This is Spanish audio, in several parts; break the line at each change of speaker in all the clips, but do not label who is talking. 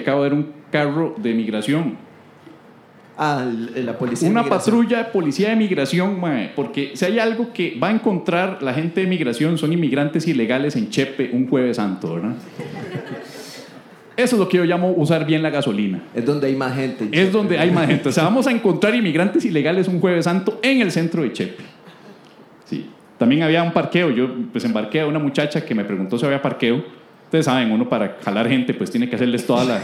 acabo de ver un carro de migración.
Ah, el- la policía.
Una
de migración.
patrulla de policía de migración, mae, porque si hay algo que va a encontrar la gente de migración son inmigrantes ilegales en Chepe un jueves santo, ¿verdad? Eso es lo que yo llamo usar bien la gasolina.
Es donde hay más gente.
Es donde hay más gente. O sea, vamos a encontrar inmigrantes ilegales un jueves santo en el centro de Chepe. Sí. También había un parqueo. Yo pues embarqué a una muchacha que me preguntó si había parqueo. Ustedes saben, uno para jalar gente pues tiene que hacerles toda la,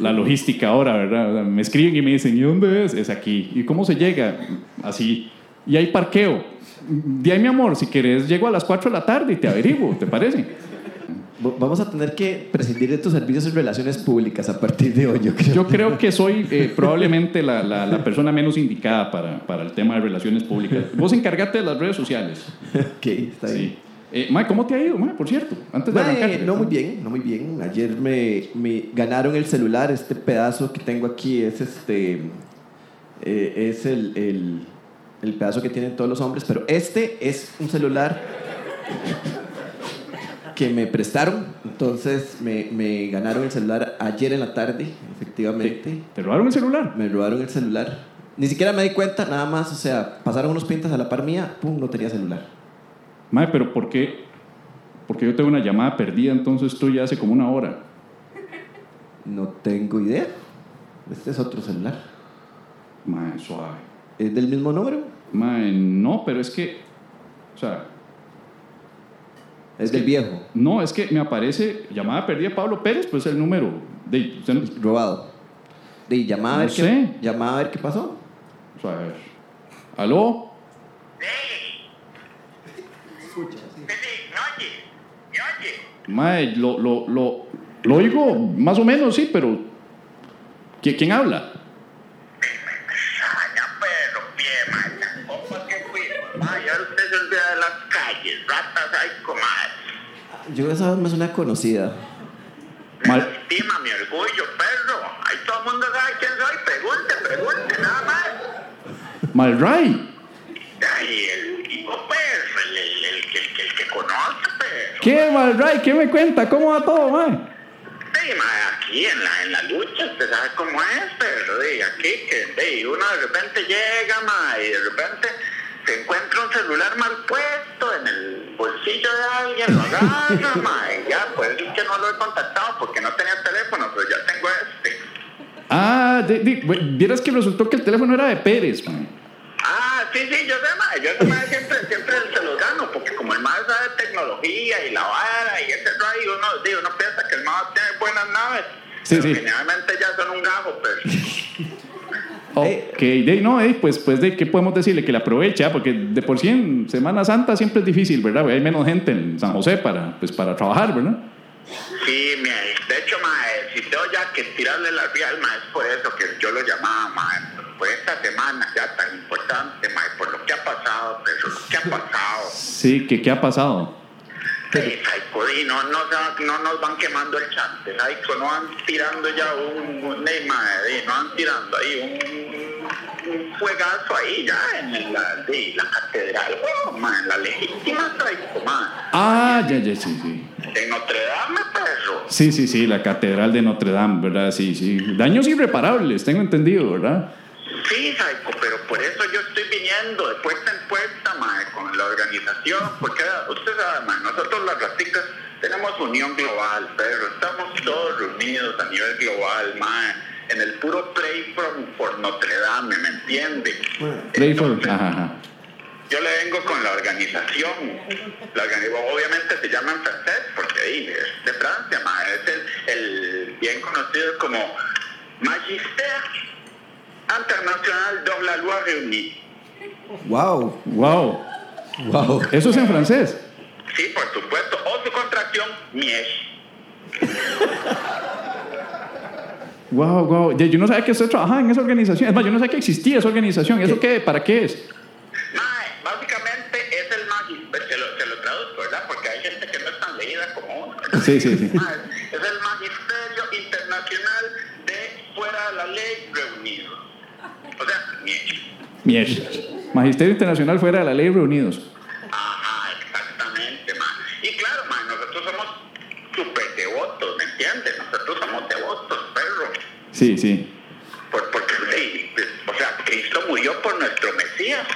la logística ahora, ¿verdad? O sea, me escriben y me dicen, ¿y dónde es? Es aquí. ¿Y cómo se llega? Así. Y hay parqueo. De ahí, mi amor, si querés, llego a las 4 de la tarde y te averiguo, ¿te parece?
V- Vamos a tener que prescindir de tus servicios en relaciones públicas a partir de hoy, yo creo.
Yo creo que soy eh, probablemente la, la- la persona menos indicada para, para el tema de relaciones públicas. Vos encargate de las redes sociales.
Ok, está bien.
Sí. Eh, Mae, ¿cómo te ha ido, Mae, por cierto? Antes de
Mae,
arrancar.
no muy bien, no muy bien. Ayer me, me ganaron el celular, este pedazo que tengo aquí es este eh, es el, el- el pedazo que tienen todos los hombres, pero este es un celular que me prestaron, entonces me, me ganaron el celular ayer en la tarde, efectivamente.
¿Te robaron el celular?
Me robaron el celular. Ni siquiera me di cuenta, nada más, o sea, pasaron unos pintas a la par mía, pum, no tenía celular.
Mae, pero ¿por qué? Porque yo tengo una llamada perdida, entonces tú ya hace como una hora.
No tengo idea. Este es otro celular.
Mae, suave.
¿Es del mismo número?
Mae, no, pero es que. O sea,
Es, del viejo,
no, es que me aparece llamada perdida Pablo Pérez, pues el número. De, usted no-
robado. De llamada a
No
ver
sé.
qué llamada a ver qué pasó.
o sea, a ver. ¿Aló?
Feliz noche. ¿Me oye?
Mae, lo, lo, lo, lo oigo más o menos, sí, pero ¿qui- ¿quién habla?
Vaya perro, pie, mata. ¿Cómo que fui? Vaya, usted se olvida de las calles. Ratas hay comadre.
Yo esa voz me suena conocida.
Me
Mal-
lastima mi orgullo, perro. Ahí todo el mundo sabe quién soy. Pregunte, pregunte, nada más.
Malray.
Ay, el hijo, perro. El, el, el, que- el que- el que conoce, pues. perro.
¿Qué, Malray? ¿Qué me cuenta? ¿Cómo va todo, mae?
Sí, ma, aquí en la, en la lucha, usted sabe cómo es, pero sí, aquí que sí, uno de repente llega, ma, y de repente se encuentra un celular mal puesto en el bolsillo de alguien, lo agarra, ma, y ya, pues es que no lo he contactado porque no tenía teléfono, pero ya tengo este.
Ah, de- de- bu- vieras que resultó que el teléfono era de Pérez, mae.
Ah, sí, sí, yo sé, ma, yo sé, ma, siempre, siempre se los gano, porque como el más sabe tecnología y la vara y ese rollo, uno, sí, uno piensa que el más tiene buenas naves,
Sí,
pero
sí.
generalmente ya son un gajo, pero...
Ok, de, no, de, pues, pues de, ¿qué podemos decirle? Que le aproveche, ah, porque de por sí en Semana Santa siempre es difícil, ¿verdad? Hay menos gente en San José para, pues, para trabajar, ¿verdad?
Sí, mae. de hecho, mae, si tengo ya que tirarle la vía al mae, es por eso que yo lo llamaba, mae, por esta semana ya tan importante, mae, por lo que ha pasado, pero lo que ha pasado.
Sí, que qué ha pasado?
Sí, Saico, y no, no, se va- no nos van quemando el chante, Saico, no van tirando ya un, un ey, mae, ey, no van tirando ahí un, un fuegazo ahí ya en la, de la catedral, weón, mae, la legítima Saico, mae.
Ah, ya, ya, sí, sí.
En Notre Dame, pues, perro.
Sí, sí, sí, la Catedral de Notre Dame, ¿verdad? Sí, sí. Daños irreparables, tengo entendido, ¿verdad?
Sí, Saico, pero por eso yo estoy viniendo de puerta en puerta, mae, con la organización, porque ah, usted sabe, mae, nosotros las raticas tenemos unión global, pero estamos todos reunidos a nivel global, mae, en el puro play from, por Notre Dame, ¿me entiende?
Play for- Ajá, ajá.
Yo le vengo con la organización. La organización obviamente se llama en francés porque ahí es de Francia, ma, es el, el bien conocido como Magister International de la Loi Réunie.
Wow,
Wow.
wow.
Eso es en francés.
Sí, por supuesto. O su contracción, MIES.
Wow, wow. Ya, Yo no sabía que usted trabajaba en esa organización. Es más, yo no sabía que existía esa organización. ¿Eso qué? ¿Para qué es?
Ma, básicamente es el Magister, se lo, se lo traduzco, ¿verdad? Porque hay gente que no es tan leída como uno. ¿verdad?
Sí, sí, sí.
Ma, es el Magisterio Internacional de Fuera de la Ley Reunido. O sea, MIES.
Mierda. Magisterio Internacional fuera de la ley reunidos.
Ajá, exactamente, ma. Y claro, ma, nosotros somos súper devotos, ¿me entiendes? Nosotros somos devotos, pero
Sí, sí.
Por- porque, sí, o sea, Cristo murió por nuestro Mesías.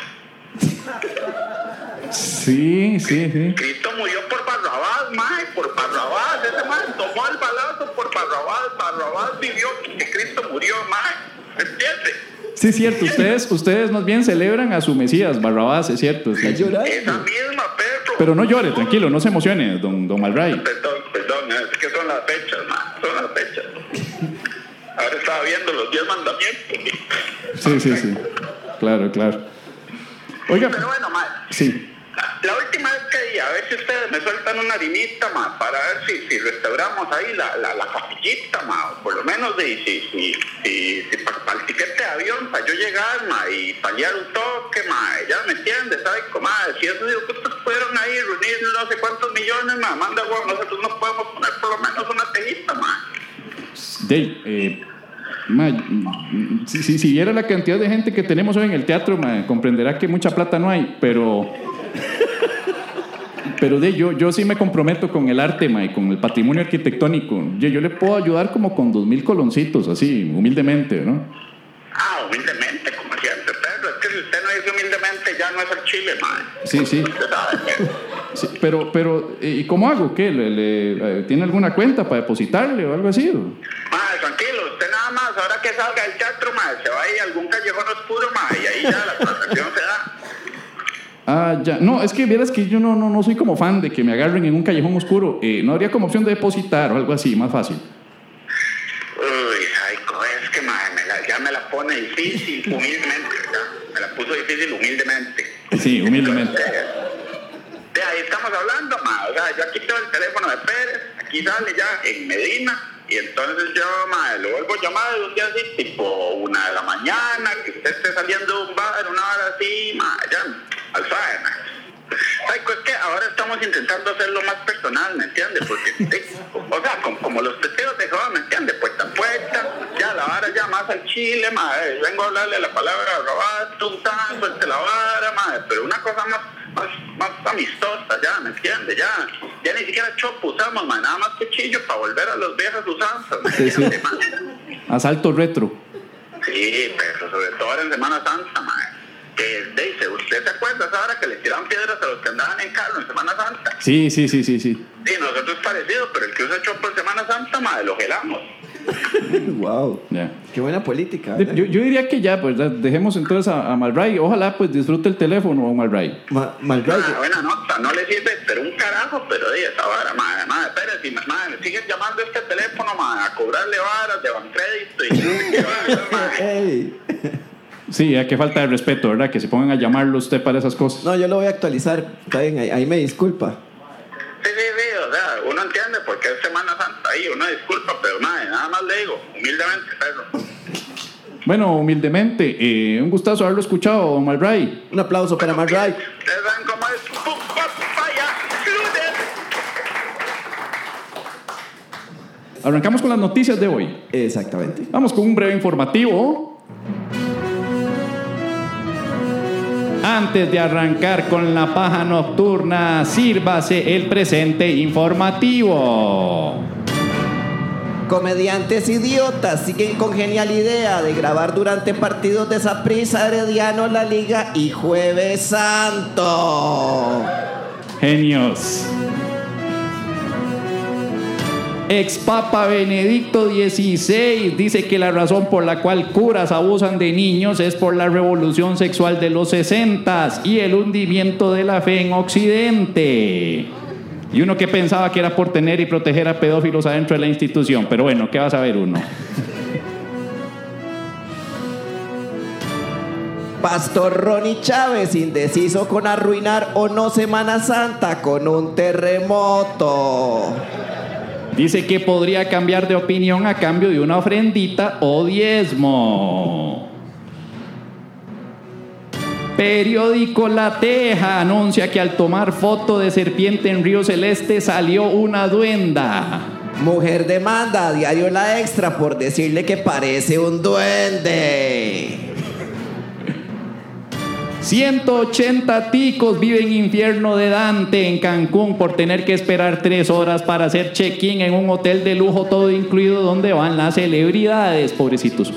Sí, sí, sí.
Cristo murió por Barrabás, mae, por Barrabás. Ese mae tomó el balazo por Barrabás. Barrabás vivió que Cristo murió, mae. ¿Entiendes?
Sí, es cierto. Ustedes, ustedes más bien celebran a su Mesías, Barrabás, es cierto. es
Está
cierto.
Esa
llorando.
misma, Pedro.
Pero no llore, tranquilo, no se emocione, don, don Malray.
Perdón, perdón, es que son las fechas, mae. Son las fechas. Ahora estaba viendo los diez mandamientos.
Sí, sí, sí. Claro, claro. Oiga,
Pero bueno, mae.
sí.
La, la última vez que di, a ver si ustedes me sueltan una harinita, ma, para ver si, si restauramos ahí la, la, la capillita, ma, o por lo menos de, si, si, si, si para el tiquete de avión, para yo llegar, ma, y paliar un toque, ma, ya me entiendes, ¿sabes? Comadre, si esos putos fueron ahí reunir no sé cuántos millones, ma, manda, guau, nosotros nos podemos poner por lo menos una tejita, ma.
Dey, eh, ma, mm, si, si, si viera la cantidad de gente que tenemos hoy en el teatro, ma, comprenderá que mucha plata no hay, pero. Pero de yo, yo sí me comprometo con el arte, ma, y con el patrimonio arquitectónico. Yo, yo le puedo ayudar como con dos mil coloncitos, así, humildemente, ¿no?
Ah, humildemente, como siempre, Pedro, es que si usted no dice humildemente, ya no es el chile, ma.
Sí, sí.
Usted sabe, pues. Pedro.
Sí, pero, pero, eh, ¿y cómo hago? ¿Qué? ¿Le, le- eh, tiene alguna cuenta para depositarle o algo así? o?
Madre, tranquilo, usted nada más, ahora que salga del teatro, madre, se va a ir a algún callejón oscuro, madre, y ahí ya la transacción se da.
Ah, ya. No, es que vieras que yo no, no, no soy como fan de que me agarren en un callejón oscuro. Eh, no habría como opción de depositar o algo así, más fácil.
Uy, ay, co- es que madre, me la- ya me la pone difícil, humildemente, ¿verdad? Me la puso difícil humildemente.
Sí, humildemente.
Eh, De ahí estamos hablando, madre, o sea, yo aquí tengo el teléfono de Pérez, aquí sale ya en Medina, y entonces yo, madre, lo vuelvo a llamar un día así, tipo una de la mañana, que usted esté saliendo de un bar, una hora así, madre, ya, al saber, madre. Ay, pues que ahora estamos intentando hacerlo más personal, ¿me entiendes? Porque, eh, o sea, como, como los testigos de Jehová, ¿me Pues entiendes? Puesta a puesta, ya la vara ya más al chile, madre. Vengo a hablarle la palabra robaste un tan, suelte la vara, madre. Pero una cosa más, más, más amistosa, ya, ¿me entiendes? Ya, ya ni siquiera chopo usamos, madre. Nada más cuchillo para volver a las viejas usanzas, ¿me
Sí, sí.
entiendes, madre?
Asalto retro.
Sí, pero sobre todo ahora en Semana Santa, madre. Que dice, ¿usted se acuerda ahora que le tiraban piedras a los que andaban en carro en Semana Santa?
Sí, sí, sí, sí, sí.
Sí, nosotros parecidos, pero el que usa chopo en Semana Santa, madre, lo gelamos.
Wow.
Ya.
Qué buena política. ¿eh?
De-
¿verdad?
Yo, yo diría que ya, ¿verdad? Dejemos entonces a, a Malray. Ojalá pues disfrute el teléfono, don Malray.
Ma- Malray,
Ah, buena nota, no le sirve, pero un carajo, pero de esa vara, madre, madre, espérate, si me- madre, me siguen llamando a este teléfono, madre, a cobrarle varas de bancrédito y no sé qué varas, madre.
ey.
Sí, ya qué falta de respeto, ¿verdad? Que se pongan a llamarlo a usted para esas cosas.
No, yo lo voy a actualizar. Está bien, ahí, ahí me disculpa.
Sí, sí, sí, o sea, uno entiende porque es Semana Santa ahí, uno disculpa, pero madre, nada más le digo, humildemente, pero.
Bueno, humildemente, eh, un gustazo haberlo escuchado, don Malray.
Un aplauso para Malray.
Ustedes saben cómo es, ¡pum, pam, vaya, lunes!
Arrancamos con las noticias de hoy.
Exactamente.
Vamos con un breve informativo. Antes de arrancar con la paja nocturna, sírvase el presente informativo.
Comediantes idiotas siguen con genial idea de grabar durante partidos de Saprissa, Herediano, La Liga y Jueves Santo.
Genios. Ex Papa Benedicto XVI dice que la razón por la cual curas abusan de niños es por la revolución sexual de los 60 y el hundimiento de la fe en Occidente. Y uno que pensaba que era por tener y proteger a pedófilos adentro de la institución, pero bueno, ¿qué va a saber uno?
Pastor Ronnie Chávez indeciso con arruinar o no Semana Santa con un terremoto.
Dice que podría cambiar de opinión a cambio de una ofrendita o diezmo. Periódico La Teja anuncia que al tomar foto de serpiente en Río Celeste salió una duenda.
Mujer demanda a diario La Extra por decirle que parece un duende.
180 ticos viven infierno de Dante en Cancún por tener que esperar tres horas para hacer check-in en un hotel de lujo todo incluido donde van las celebridades, pobrecitos.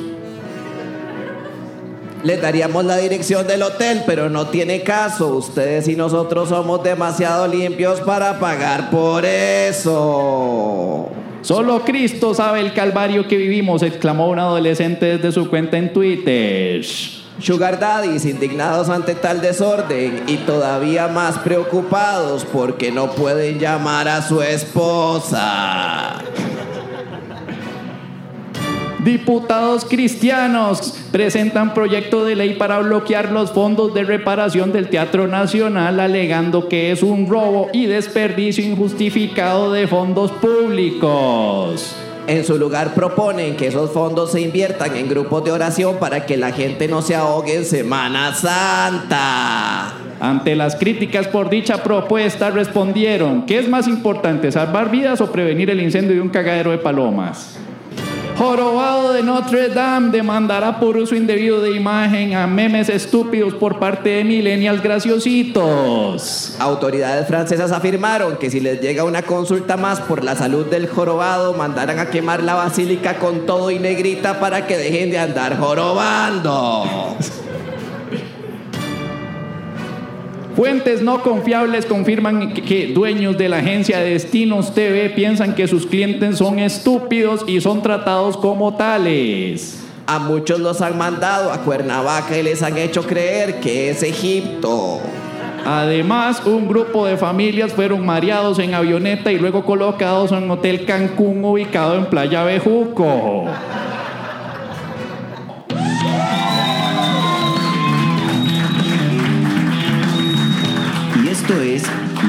Les daríamos la dirección del hotel, pero no tiene caso. Ustedes y nosotros somos demasiado limpios para pagar por eso.
Solo Cristo sabe el calvario que vivimos, exclamó un adolescente desde su cuenta en Twitter.
Sugar daddies indignados ante tal desorden y todavía más preocupados porque no pueden llamar a su esposa.
Diputados cristianos presentan proyecto de ley para bloquear los fondos de reparación del Teatro Nacional alegando que es un robo y desperdicio injustificado de fondos públicos.
En su lugar proponen que esos fondos se inviertan en grupos de oración para que la gente no se ahogue en Semana Santa.
Ante las críticas por dicha propuesta respondieron, ¿qué es más importante, salvar vidas o prevenir el incendio de un cagadero de palomas? Jorobado de Notre Dame demandará por uso indebido de imagen a memes estúpidos por parte de millennials graciositos.
Autoridades francesas afirmaron que si les llega una consulta más por la salud del jorobado, mandarán a quemar la basílica con todo y negrita para que dejen de andar jorobando.
Fuentes no confiables confirman que, que dueños de la agencia Destinos TV piensan que sus clientes son estúpidos y son tratados como tales.
A muchos los han mandado a Cuernavaca y les han hecho creer que es Egipto.
Además, un grupo de familias fueron mareados en avioneta y luego colocados en Hotel Cancún ubicado en Playa Bejuco.
Y esto es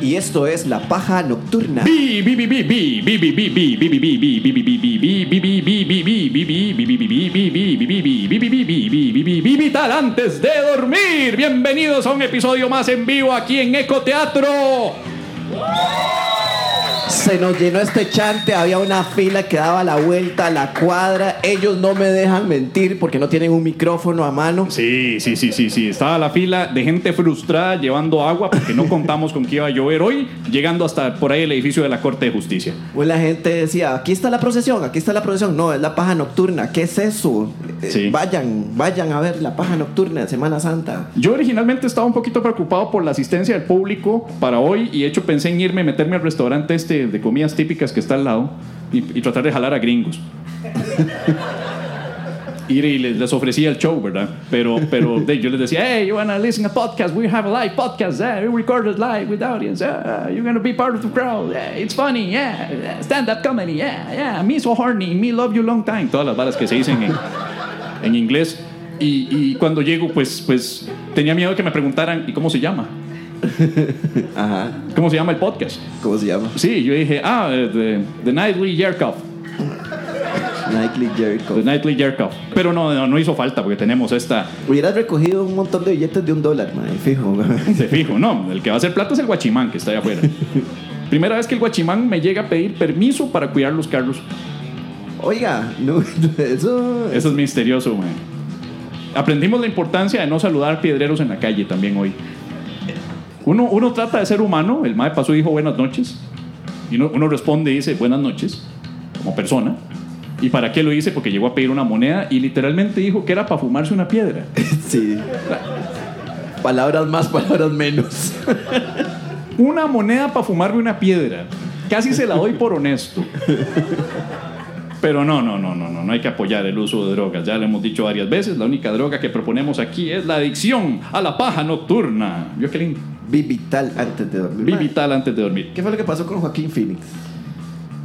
Y esto es La Paja Nocturna.
Vital antes de dormir. Bienvenidos a un episodio más en vivo aquí en Ecoteatro.
Se nos llenó este chante, había una fila que daba la vuelta a la cuadra. Ellos no me dejan mentir porque no tienen un micrófono a mano.
Sí, sí, sí, sí, sí. Estaba la fila de gente frustrada llevando agua porque no contamos con que iba a llover hoy, llegando hasta por ahí el edificio de la Corte de Justicia.
Pues la gente decía, aquí está la procesión, aquí está la procesión. No, es la paja nocturna. ¿Qué es eso? Eh,
Sí.
Vayan, vayan a ver la paja nocturna de Semana Santa.
Yo originalmente estaba un poquito preocupado por la asistencia del público para hoy y de hecho pensé en irme, meterme al restaurante este de comidas típicas que está al lado y, y tratar de jalar a gringos. Ir y les, les ofrecía el show, ¿verdad? Pero, pero de- yo les decía, hey, you wanna listen to podcast? We have a live podcast. eh, we record it live with audience. eh, you're gonna be part of the crowd. eh, it's funny, yeah. yeah, Stand-up comedy, yeah, yeah. Me so horny, me love you long time. Todas las balas que se dicen en, en inglés. Y, y cuando llego, pues, pues tenía miedo que me preguntaran, ¿y cómo se llama?
Ajá.
¿Cómo se llama el podcast?
¿Cómo se llama?
Sí, yo dije, ah, eh, The, The Nightly Jerkoff.
Nightly Jericho.
The Nightly Jerkoff. Pero no, no, no hizo falta porque tenemos esta,
Hubieras recogido un montón de billetes de un dólar, madre, fijo.
se fijo, no, el que va a hacer plata es el guachimán que está allá afuera. Primera vez que el guachimán me llega a pedir permiso para cuidar los carros.
Oiga, no, eso...
Eso es misterioso, man. Aprendimos la importancia de no saludar piedreros en la calle también hoy. Uno, uno trata de ser humano, el mae pasó y dijo buenas noches, y uno, uno responde y dice buenas noches, como persona. ¿Y para qué lo hice? Porque llegó a pedir una moneda y literalmente dijo que era para fumarse una piedra.
Sí. Palabras más, palabras menos.
Una moneda para fumarme una piedra. Casi se la doy por honesto. Pero no, no, no, no, no, no hay que apoyar el uso de drogas. Ya lo hemos dicho varias veces, la única droga que proponemos aquí es la adicción a la paja nocturna. Vio qué lindo.
Vivital antes de dormir.
Vivital antes de dormir.
¿Qué fue lo que pasó con Joaquín Phoenix?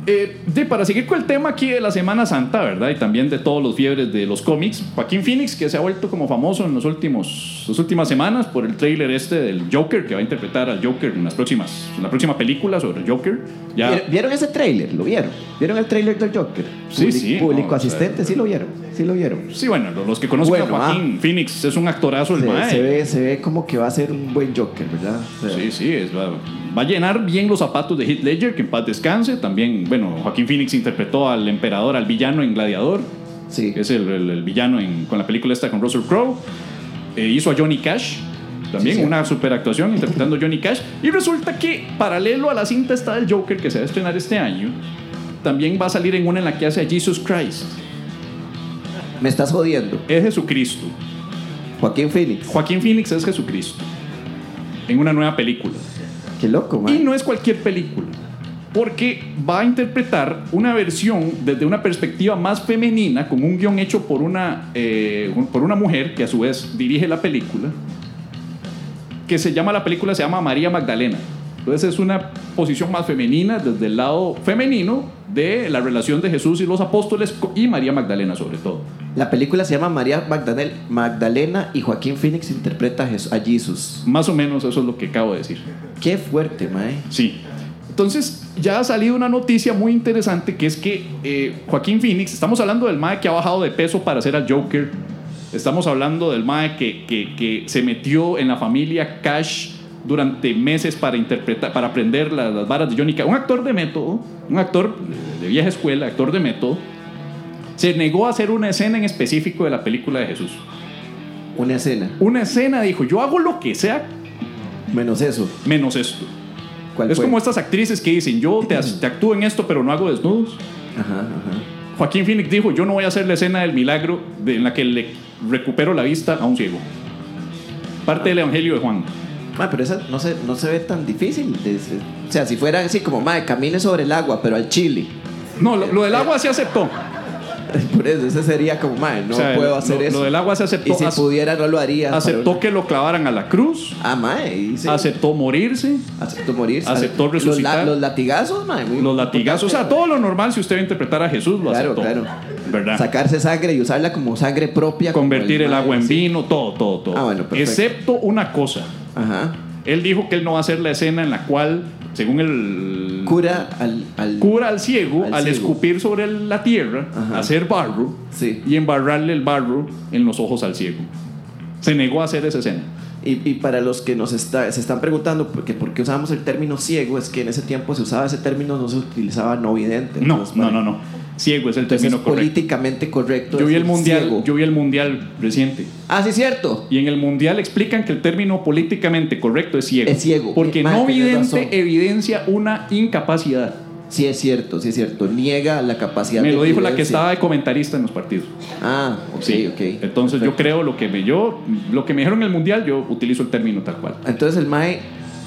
eh, de- para seguir con el tema aquí de la Semana Santa, ¿verdad? Y también de todos los fiebres de los cómics, Joaquín Phoenix, que se ha vuelto como famoso en los últimos, las últimas semanas por el tráiler este del Joker, que va a interpretar al Joker en, las próximas, en la próxima película sobre el Joker. Ya,
¿Vieron- ¿Vieron ese tráiler? ¿Lo vieron? ¿Vieron el tráiler del Joker?
Sí,
Publi-
sí,
Público
no, o sea,
asistente, sí lo vieron. Sí lo vieron.
sí, bueno, los, los que conocen
Bueno, ah.
a Joaquín Phoenix, es un actorazo el
Se,
Pues, mae.
se ve, se ve como que va a ser un buen Joker, ¿verdad? O sea,
Sí, sí, es- va, va a llenar bien los zapatos de Heath Ledger, que en paz descanse. También, bueno, Joaquín Phoenix interpretó al emperador, al villano en Gladiador,
sí.
que es el, el- el villano en- con la película esta con Russell Crowe. Eh, hizo a Johnny Cash, también
Sí, sí.
una super actuación interpretando a Johnny Cash. Y resulta que, paralelo a la cinta está del Joker, que se va a estrenar este año, también va a salir en una en la que hace a Jesus Christ.
Me estás jodiendo.
Es Jesucristo.
Joaquín Phoenix.
Joaquín Phoenix es Jesucristo. En una nueva película.
Qué loco,
Y
man.
no es cualquier película, porque va a interpretar una versión desde una perspectiva más femenina, con un guión hecho por una, eh, un- por una mujer que a su vez dirige la película, que se llama, la película se llama María Magdalena. Entonces es una posición más femenina desde el lado femenino de la relación de Jesús y los apóstoles co- y María Magdalena sobre todo.
La película se llama María Magdalena, Magdalena y Joaquín Phoenix interpreta a, Jes- a Jesus.
Más o menos eso es lo que acabo de decir.
Qué fuerte, mae.
Sí. Entonces, ya ha salido una noticia muy interesante que es que eh, Joaquín Phoenix, estamos hablando del MAE que ha bajado de peso para hacer al Joker. Estamos hablando del MAE que, que- que se metió en la familia Cash durante meses para interpretar, para aprender la- las varas de Johnny Cash. Un actor de método, un actor de vieja escuela, actor de método, se negó a hacer una escena en específico de la película de Jesús.
Una escena.
Una escena dijo, yo hago lo que sea
Menos eso.
menos esto.
¿Cuál
Es
fue?
como estas actrices que dicen, yo te, as- te actúo en esto, pero no hago desnudos.
Ajá, ajá.
Joaquín Phoenix dijo, yo no voy a hacer la escena del milagro de- en la que le recupero la vista a un ciego. Parte del Evangelio de Juan.
Mae, pero esa no se, no se ve tan difícil. de- se- o sea, si fuera así como, mae, camine sobre el agua, pero al chile.
No, lo, lo del agua se aceptó.
Por eso, ese sería como, mae, no
O sea,
puedo
lo-
hacer
lo,
eso.
Lo del agua se
y
aceptó.
si
Ac-
pudiera, no lo haría. para
aceptó
una-
que lo clavaran a la cruz.
Ah, mae. y sí.
Aceptó morirse.
Aceptó morir.
Aceptó resucitar.
Los, la- los latigazos, mae. muy-
Los latigazos. O sea, todo lo normal si usted va a interpretar a Jesús lo
Claro,
aceptó.
claro.
¿Verdad?
Sacarse sangre y usarla como sangre propia. como
Convertir el
mae,
agua en
sí.
vino, todo, todo, todo.
Ah, bueno, perfecto.
Excepto una cosa.
Ajá.
Él dijo que él no va a hacer la escena en la cual, según el
Cura al. al
cura al ciego, al,
Al ciego.
escupir sobre la tierra,
Ajá.
hacer barro
Sí.
y embarrarle el barro en los ojos al ciego. Se negó a hacer esa escena.
Y, y para los que nos está, se están preguntando por qué, por qué usamos el término ciego, es que en ese tiempo se usaba ese término, no se utilizaba no vidente.
No,
Entonces,
no,
para-
no, no. Ciego es el
entonces
término
es
correcto.
políticamente correcto.
Yo vi el
decir
mundial,
ciego.
yo vi el mundial reciente.
Ah, sí, cierto.
Y en el mundial explican que el término políticamente correcto es ciego.
Es ciego.
Porque
Madre,
no
tenés
vidente
razón.
evidencia una incapacidad.
Sí, es cierto, sí, es cierto. Niega la capacidad
Me
de
lo dijo la que
evidencia.
estaba de comentarista en los partidos.
Ah, ok,
Sí,
ok.
Entonces yo creo lo que me yo lo que me dijeron en el mundial, yo utilizo el término tal cual.
Entonces el Mae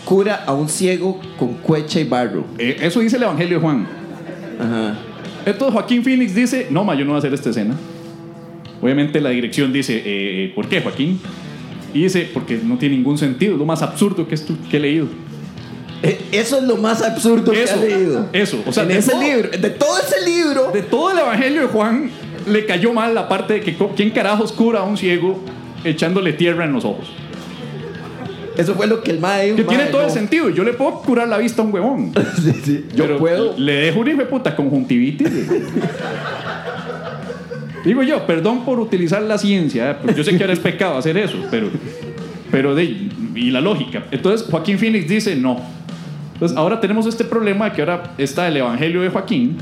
cura a un ciego con cuecha y barro.
Eh, eso dice el Evangelio de Juan.
Ajá.
Entonces Joaquín Phoenix dice, no, ma, yo no voy a hacer esta escena. Obviamente la dirección dice, "Eh, eh, ¿por qué Joaquín? Y dice, porque no tiene ningún sentido, lo más absurdo que, estu- que he leído.
Eh, Eso es lo más absurdo
Eso,
que ha leído.
eso, o sea,
en
de
ese
todo-
libro, de todo ese libro,
De todo el Evangelio de Juan le cayó mal la parte de que co- quién carajos cura a un ciego echándole tierra en los ojos.
eso fue lo que el Mae dijo.
Que tiene
"Mae,
todo
no".
el sentido, yo le puedo curar la vista a un huevón.
Sí, sí. Yo
Pero
puedo.
Le dejo una hijo de puta conjuntivitis. güey. Digo yo, perdón por utilizar la ciencia. ¿eh? Pues Yo sé que ahora es pecado hacer eso, pero. Pero de. Y la lógica. Entonces Joaquín Phoenix dice no. Entonces ahora tenemos este problema de que ahora está el evangelio de Joaquín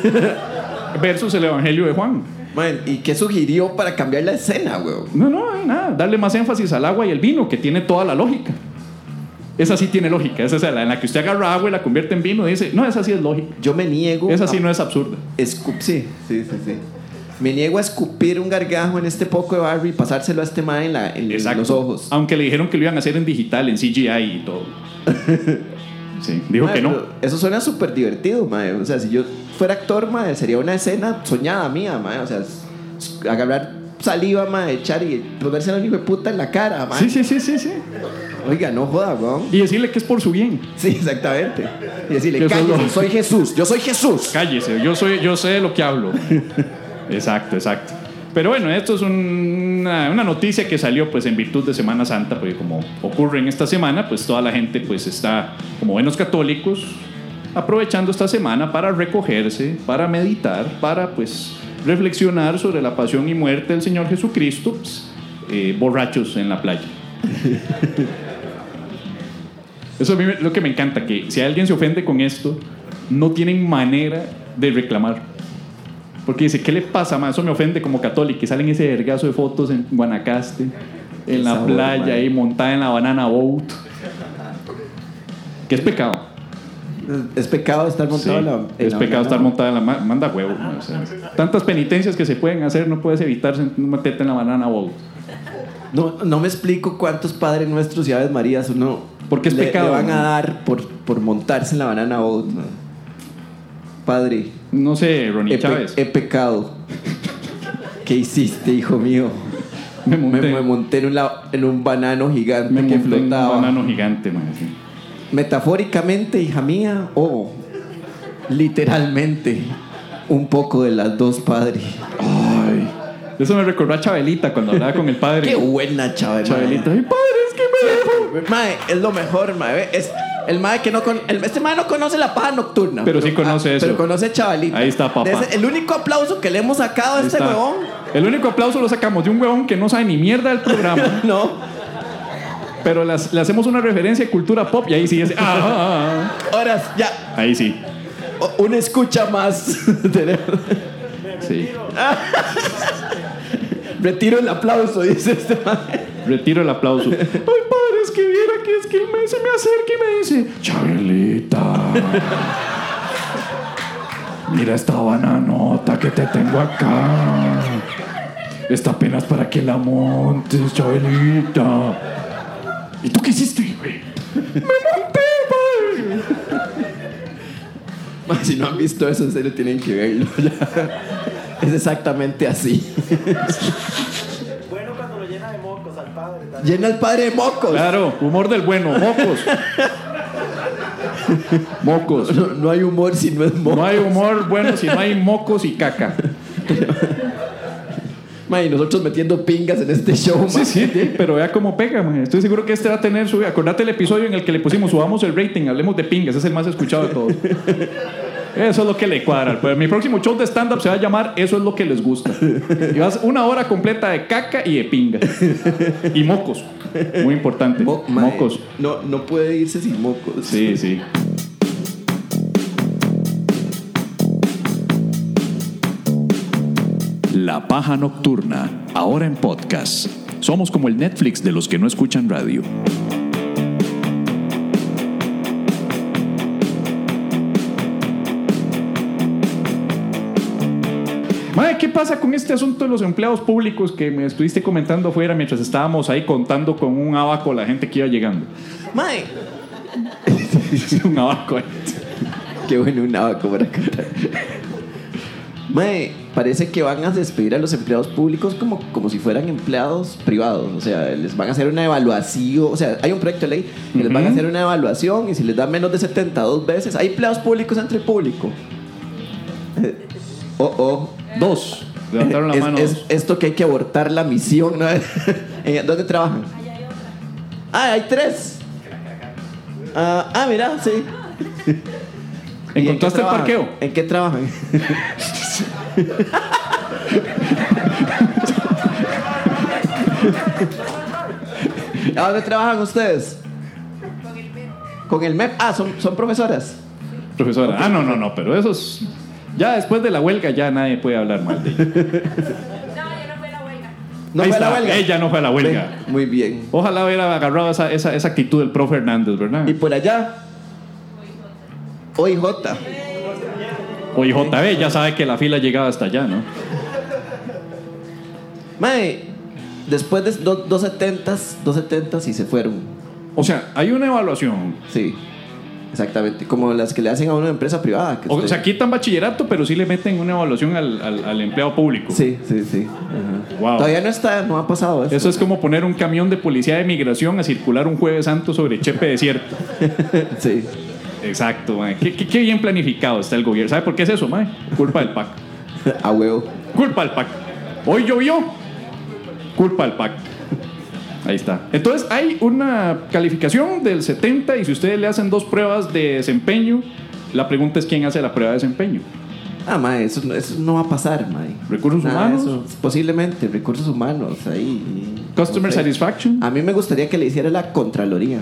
versus el evangelio de Juan.
Man, ¿y qué sugirió para cambiar la escena, weón?
No, no, hay nada. Darle más énfasis al agua y el vino, que tiene toda la lógica. Esa sí tiene lógica. Esa es la en la que usted agarra agua y la convierte en vino y dice, no, esa sí es lógica.
Yo me niego.
Esa sí
a
no es absurda.
escup- sí, sí, sí, sí. Me niego a escupir un gargajo en este poco de barro y pasárselo a este Mae en, la- en
Exacto.
los ojos.
Aunque le dijeron que lo iban a hacer en digital, en CGI y todo. sí, dijo
Mae,
que no.
pero Eso suena súper divertido, mae. O sea, si yo fuera actor, mae, sería una escena soñada mía, mae. O sea, es- es agarrar saliva, mae, echar y ponerse al hijo de puta en la cara, mae.
Sí, sí, sí, sí, sí.
Oiga, no joda, weón.
Y decirle que es por su bien.
Sí, exactamente. Y decirle,
Yo soy
cállese,
lo-
soy Jesús, yo soy Jesús.
Cállese, yo, soy, yo sé de lo que hablo. Exacto, exacto. Pero bueno, esto es un- una, una noticia que salió pues en virtud de Semana Santa, porque como ocurre en esta semana, pues toda la gente pues está, como buenos católicos, aprovechando esta semana para recogerse, para meditar, para pues reflexionar sobre la pasión y muerte del Señor Jesucristo, pues, eh, borrachos en la playa. Eso a mí me- lo que me encanta, que si alguien se ofende con esto, no tienen manera de reclamar. Porque dice, ¿qué le pasa, ma? Eso me ofende como católico. Y salen ese vergazo de fotos en Guanacaste, en la
sabor,
playa,
man.
ahí montada en la banana boat. Que es pecado.
Es pecado estar montado en la. en
es
la
pecado
banana.
estar montada en la... ma- Manda huevo. ma, o sea, tantas penitencias que se pueden hacer, no puedes evitar sent- meterte en la banana boat.
No, no me explico cuántos padres nuestros y aves marías uno.
Porque es
le-
pecado,
Le van
¿no?
a dar por, por montarse en la banana boat, mae. Padre,
No sé, Ronnie
he, pe-
Chávez.
he pecado. ¿Qué hiciste, hijo mío?
me
Me,
monté,
me monté en un, la- en un banano gigante
me
que
monté en un
flotaba.
banano gigante, ma, sí.
Metafóricamente, hija mía, o literalmente, un poco de las dos, padre.
Eso me recordó a Chabelita cuando hablaba con el padre.
Qué buena, Chávez.
Chabelita, ay, padre, es que me dejó.
Mae, es lo mejor, mae. ve, Es el mae que no con, el- este mae no conoce la paja nocturna.
Pero sí conoce eso.
Pero conoce chavalita.
Ahí está, papá.
Ese- el único aplauso que le hemos sacado a
Ahí
este
está.
huevón.
El único aplauso lo sacamos de un huevón que no sabe ni mierda del programa,
No.
pero las- le hacemos una referencia de cultura pop y ahí sí es. ah, ah,
Horas, ya.
ah. Ahí sí.
o- Una escucha más. Tenemos-
sí.
Retiro el aplauso, dice este mae.
Retiro el aplauso. Ay, padre, es que viera que es que el mes se me acerca y me dice: Chabelita. Mira esta bananota que te tengo acá. Esta apenas para que la montes, Chabelita. ¿Y tú qué hiciste, güey?
Mae, Si no han visto eso, en serio tienen que verlo. Es exactamente así.
Bueno, cuando lo llena de mocos al padre también.
Llena el padre de mocos.
Claro, humor del bueno, mocos. Mocos.
No, no hay humor si no es moco.
No hay humor bueno si no hay mocos y caca.
Mae, y nosotros metiendo pingas en este show,
Sí,
mae.
sí, sí, pero vea cómo pega, man. Estoy seguro que este va a tener su. Acordate el episodio en el que le pusimos, subamos el rating, hablemos de pingas, es el más escuchado de todos. Eso es lo que le cuadra. Pues mi próximo show de stand-up se va a llamar Eso es lo que les gusta. Y vas una hora completa de caca y de pinga. Y mocos. Muy importante.
Mo- mae,
mocos.
No, no puede irse sin mocos.
Sí, sí.
La Paja Nocturna, ahora en podcast. Somos como el Netflix de los que no escuchan radio.
Mae, ¿qué pasa con este asunto de los empleados públicos que me estuviste comentando afuera mientras estábamos ahí contando con un abaco la gente que iba llegando?
Mae.
un abaco. eh.
Qué bueno un abaco para cantar. Mae, parece que van a despedir a los empleados públicos como, como si fueran empleados privados. O sea, les van a hacer una evaluación. O sea, hay un proyecto de ley que les van a hacer una evaluación y si les dan menos de 72 veces, hay empleados públicos entre público. Eh, Oh, oh.
Dos. Levantaron la
Es-
mano.
es-
dos.
esto que hay que abortar la misión. ¿no? ¿En- ¿Dónde trabajan? Ah, hay tres. Ah, ah, mira, sí. ¿Y en qué
¿Encontraste el
trabajan?
parqueo?
¿En qué trabajan? ¿A dónde trabajan ustedes? Con el MEP. Ah, son, son profesoras.
Profesora. Ah, no, no, no, pero eso es. Ya después de la huelga ya nadie puede hablar mal de ella.
No
Ahí
fue a la
está,
huelga.
Ella no fue a la huelga.
Ven, Muy bien.
Ojalá hubiera agarrado esa, esa, esa actitud del profe Hernández, ¿verdad?
Y por allá. OIJ.
O IJB, ya sabe que la fila llegaba hasta allá, ¿no?
Mae, después de do- dos setentas, dos setentas y se fueron.
O sea, hay una evaluación
Sí. Exactamente, como las que le hacen a una empresa privada. que
O
usted-
sea, quitan bachillerato, pero sí le meten una evaluación al, al- al empleado público.
Sí, sí, sí. ajá.
Wow.
Todavía no está, no ha pasado eso.
Eso es como poner un camión de policía de migración a circular un jueves santo sobre Chepe Desierto.
Sí.
Exacto, mae. Qué, qué- qué bien planificado está el gobierno. ¿Sabe por qué es eso, mae? Culpa del PAC.
A huevo.
Culpa del PAC. Hoy llovió. Culpa del PAC. Ahí está. Entonces hay una calificación del 70 y si ustedes le hacen dos pruebas de desempeño, la pregunta es quién hace la prueba de desempeño.
Ah, mae, eso, no- eso no va a pasar, mae.
¿Recursos humanos?
de eso. posiblemente, recursos humanos, ahí.
Customer
No sé.
satisfaction.
A mí me gustaría que le hiciera la Contraloría.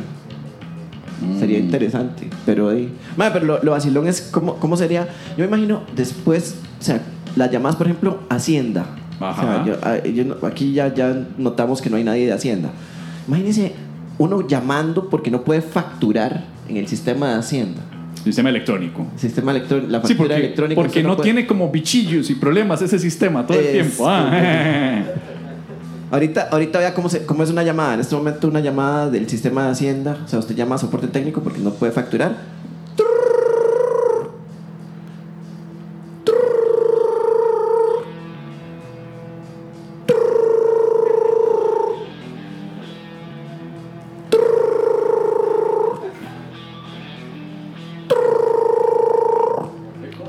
Mm.
Sería interesante, pero ahí. Mae, pero lo, lo vacilón es cómo, cómo sería. Yo me imagino después, o sea, las llamadas, por ejemplo, Hacienda.
Ajá.
O sea, yo- ah, yo no- aquí ya, ya notamos que no hay nadie de Hacienda. Imagínense uno llamando porque no puede facturar en el sistema de Hacienda.
Sistema electrónico.
Sistema electrónico, la
Sí,
factura
porque,
electrónica.
porque
usted
no
puede-
tiene como bichillos y problemas ese sistema todo el
Es-
tiempo. Ah,
Ahorita, ahorita vea cómo, se- cómo es una llamada. En este momento una llamada del sistema de Hacienda. O sea, usted llama a soporte técnico porque no puede facturar.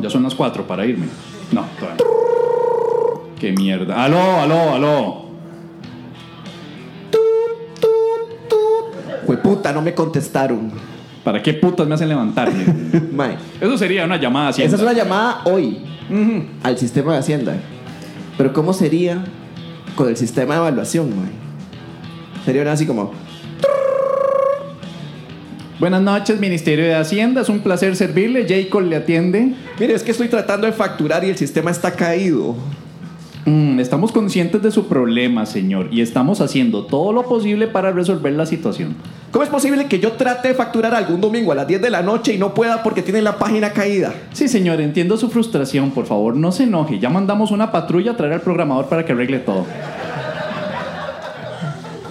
ya son las cuatro para irme. No, todavía no. Qué mierda. Aló, aló, aló.
Jueputa, no me contestaron.
¿Para qué putas me hacen levantarme?
Mae,
Eso sería una llamada así.
esa es una llamada hoy
Ujú.
al sistema de Hacienda. Pero ¿cómo sería con el sistema de evaluación, mae? Sería una así como...
Buenas noches, Ministerio de Hacienda. Es un placer servirle. Jacob le atiende.
Mire, es que estoy tratando de facturar y el sistema está caído.
Mm, estamos conscientes de su problema, señor, y estamos haciendo todo lo posible para resolver la situación.
¿Cómo es posible que yo trate de facturar algún domingo a las 10 de la noche y no pueda porque tiene la página caída?
Sí, señor, entiendo su frustración. Por favor, no se enoje. Ya mandamos una patrulla a traer al programador para que arregle todo.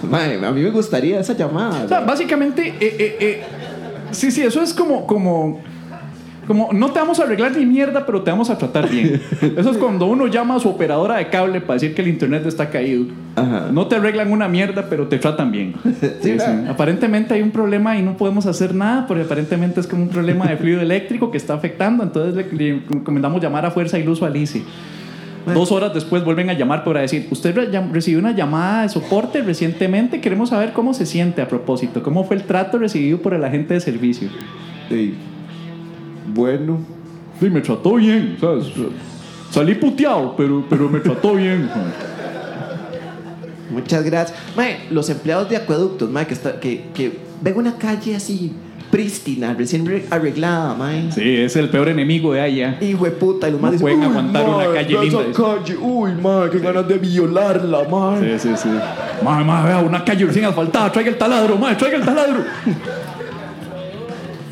Mae, a mí me gustaría esa llamada.
O sea,
mae.
básicamente, eh, eh, eh, sí, sí, eso es como, como, como, no te vamos a arreglar ni mierda, pero te vamos a tratar bien. Eso es cuando uno llama a su operadora de cable para decir que el internet está caído.
Ajá.
No te arreglan una mierda, pero te tratan bien. Sí, sí. Aparentemente hay un problema y no podemos hacer nada, porque aparentemente es como un problema de fluido eléctrico que está afectando. Entonces le, le recomendamos llamar a Fuerza Iluso a Lice. Dos horas después vuelven a llamar para decir, usted re- llam- recibió una llamada de soporte recientemente, queremos saber cómo se siente a propósito, cómo fue el trato recibido por el agente de servicio.
Ey, Bueno.
Sí, me trató bien, ¿sabes? Salí puteado, pero, pero me trató bien.
Muchas gracias. Mae, los empleados de acueductos, mae, que, está, que, que ven una calle así prístina, recién re- arreglada, mae.
Sí, es el peor enemigo de allá.
Hijo de puta, y los
No
más
pueden aguantar una calle linda".
calle, uy, mae, qué ganas de violarla, mae.
Sí, sí, sí. Madre, madre, vea, una calle recién asfaltada, traiga el taladro, madre, traiga el taladro.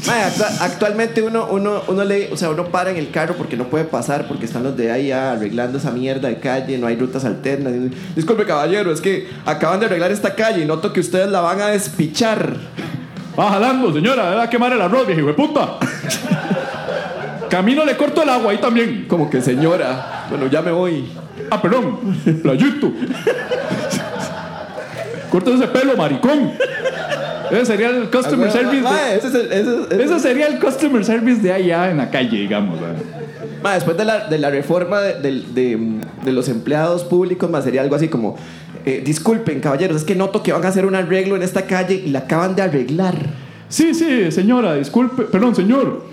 Mae, actua- actualmente uno, uno, uno le, o sea, uno para en el carro porque no puede pasar, porque están los de ahí ah, arreglando esa mierda de calle, no hay rutas alternas. Disculpe, caballero, es que acaban de arreglar esta calle y noto que ustedes la van a despichar.
Va jalando, señora, va a quemar el arroz, viejo de puta. Camino le corto el agua ahí también.
Como que señora, bueno, ya me voy.
Ah, perdón, playito. Corta ese pelo, maricón. Ese sería el customer service. de-
Mae, ese es el- ese es- ese es-
Ese sería el customer service de allá en la calle, digamos. ¿verdad?
Ma, después de la, de la reforma de, del- de, mm, de los empleados públicos, ma, sería algo así como, eh, disculpen caballeros, es que noto que van a hacer un arreglo en esta calle y la acaban de arreglar.
Sí, sí, señora, disculpe. Perdón, señor.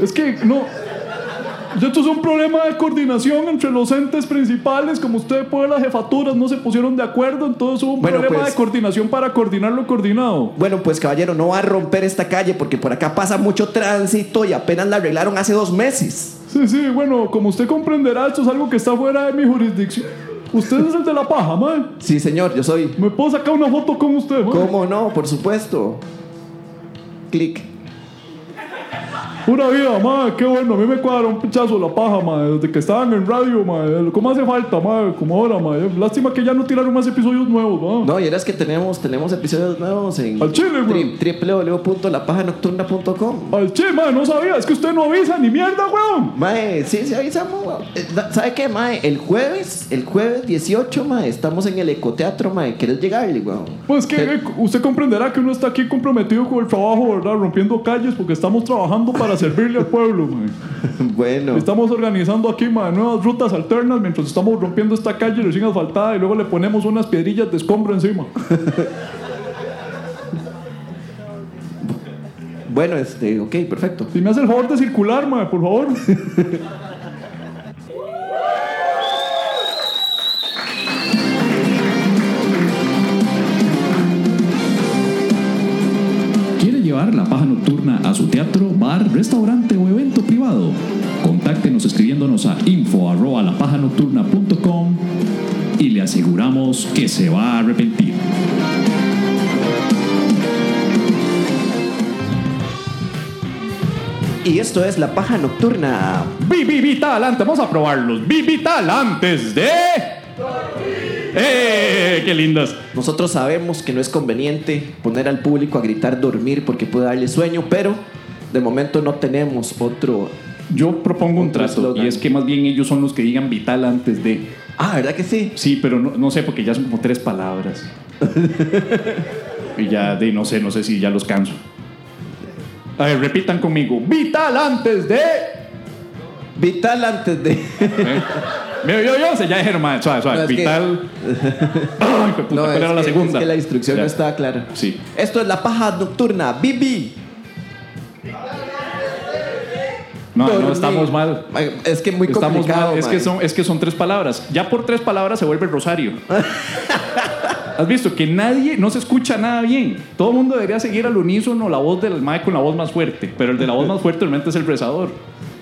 Es que no. Esto es un problema de coordinación entre los entes principales. Como usted puede, ver, las jefaturas no se pusieron de acuerdo. Entonces hubo un
Bueno,
problema
pues.
de coordinación para coordinar lo coordinado.
Bueno, pues caballero, no va a romper esta calle porque por acá pasa mucho tránsito y apenas la arreglaron hace dos meses.
Sí, sí, bueno, como usted comprenderá, esto es algo que está fuera de mi jurisdicción. Usted es el de la paja, mae.
Sí, señor, yo soy.
¿Me puedo sacar una foto con usted, mae?
¿Cómo no? Por supuesto. Clic.
Pura vida, madre, qué bueno. A mí me cuadra un pinchazo la paja, madre. Desde que estaban en radio, madre. ¿Cómo hace falta, madre? Como ahora, madre. Lástima que ya no tiraron más episodios nuevos, madre.
No, y eras que tenemos, tenemos episodios nuevos en
Al chile, güey.
tri- www.lapajanocturna.com.
Al che, madre, no sabía. Es que usted no avisa ni mierda, weón.
Mae, sí, sí, avisamos. weón. Eh, da- ¿Sabe qué, mae? El jueves, el jueves 18, mae, estamos en el ecoteatro, mae. ¿Querés llegarle, weón?
Pues que eh, usted comprenderá que uno está aquí comprometido con el trabajo, ¿verdad? Rompiendo calles porque estamos trabajando para servirle al pueblo, madre.
Bueno.
Estamos organizando aquí ma, nuevas rutas alternas mientras estamos rompiendo esta calle recién asfaltada y luego le ponemos unas piedrillas de escombro encima.
Bueno, este, ok, perfecto.
Si me hace el favor de circular, ma, por favor.
¿Quiere llevar la paja nocturna a su teatro, bar, restaurante o evento privado? Contáctenos escribiéndonos a info arroba lapajanocturna.com y le aseguramos que se va a arrepentir.
Y esto es La Paja Nocturna.
Vivita adelante, vamos a probarlos. Vivita antes de. ¡Eh! ¡Qué lindas!
Nosotros sabemos que no es conveniente poner al público a gritar dormir porque puede darle sueño, pero de momento no tenemos otro.
Yo propongo un
Otro
trato
eslogan.
y es que más bien ellos son los que digan vital antes de.
Ah, ¿verdad que sí?
Sí, pero no, no sé porque ya son como tres palabras. y ya de no sé, no sé si ya los canso. A ver, repitan conmigo. Vital antes de.
Vital antes de.
¿Eh? Mira, yo, yo, se ya dijeron, madre, suave, suave.
No, es que-
Ah, Vital. Ay, hijo de puta,
No,
¿cuál
es
era la
que-
segunda?
es que la instrucción
Ya.
no estaba clara.
Sí.
Esto es La Paja Nocturna. Bibi.
No, no,
dormir.
estamos mal.
Ay, Es que muy
Estamos
complicado.
mal. Es
mae.
que, son, es que son tres palabras. Ya por tres palabras se vuelve Rosario. Has visto que nadie, no se escucha nada bien. Todo el mundo debería seguir al unísono la voz del mae con la voz más fuerte. Pero el de la voz más fuerte realmente es el rezador.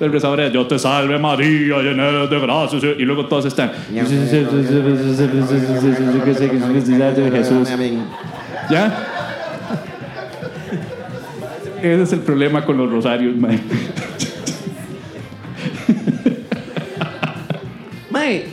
El rezador es Yo te salve María, llena eres de gracia. Y luego todos están.
Jesús.
¿Ya? Ese es el problema con los rosarios, mae.
Mae,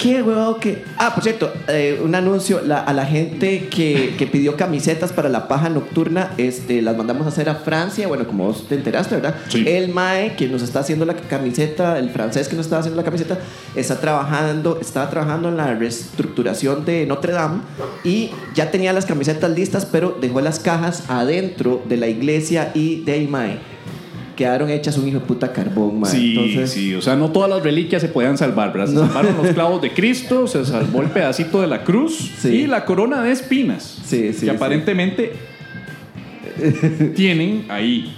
qué huevado que. Ah, por cierto, eh, un anuncio la- a la gente que, que pidió camisetas para la paja nocturna, este, las mandamos a hacer a Francia. Bueno, como vos te enteraste, ¿verdad?
Sí.
El Mae que nos está haciendo la camiseta, el francés que nos está haciendo la camiseta, está trabajando, está trabajando en la reestructuración de Notre Dame y ya tenía las camisetas listas, pero dejó las cajas adentro de la iglesia y de ahí, Mae. Quedaron hechas un hijo de puta carbón, Mae.
Sí,
Entonces,
sí, o sea, no todas las reliquias se podían salvar, ¿verdad? Se salvaron los clavos de Cristo, se salvó el pedacito de la cruz
Sí.
y la corona de espinas.
Sí, sí,
Que
sí.
aparentemente tienen ahí.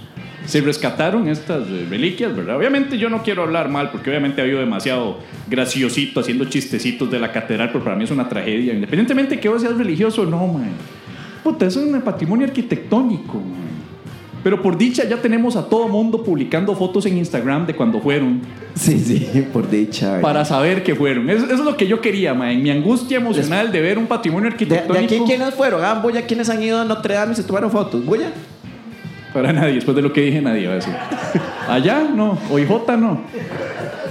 Se rescataron estas eh, reliquias, ¿verdad? Obviamente yo no quiero hablar mal, porque obviamente ha habido demasiado graciosito haciendo chistecitos de la catedral, pero para mí es una tragedia. Independientemente de que vos seas religioso o no, man. Puta, eso es un patrimonio arquitectónico, man. Pero por dicha ya tenemos a todo mundo publicando fotos en Instagram de cuando fueron
Sí, sí, por dicha. ¿verdad?
para saber que fueron. Eso, eso es lo que yo quería, ma, en mi angustia emocional de ver un patrimonio
De,
arquitectónico.
de aquí quiénes fueron, ah, Buya, quiénes han ido a Notre Dame y se tomaron fotos. Buya,
Para nadie, después de lo que dije, nadie va a decir. Allá no, o IJ no.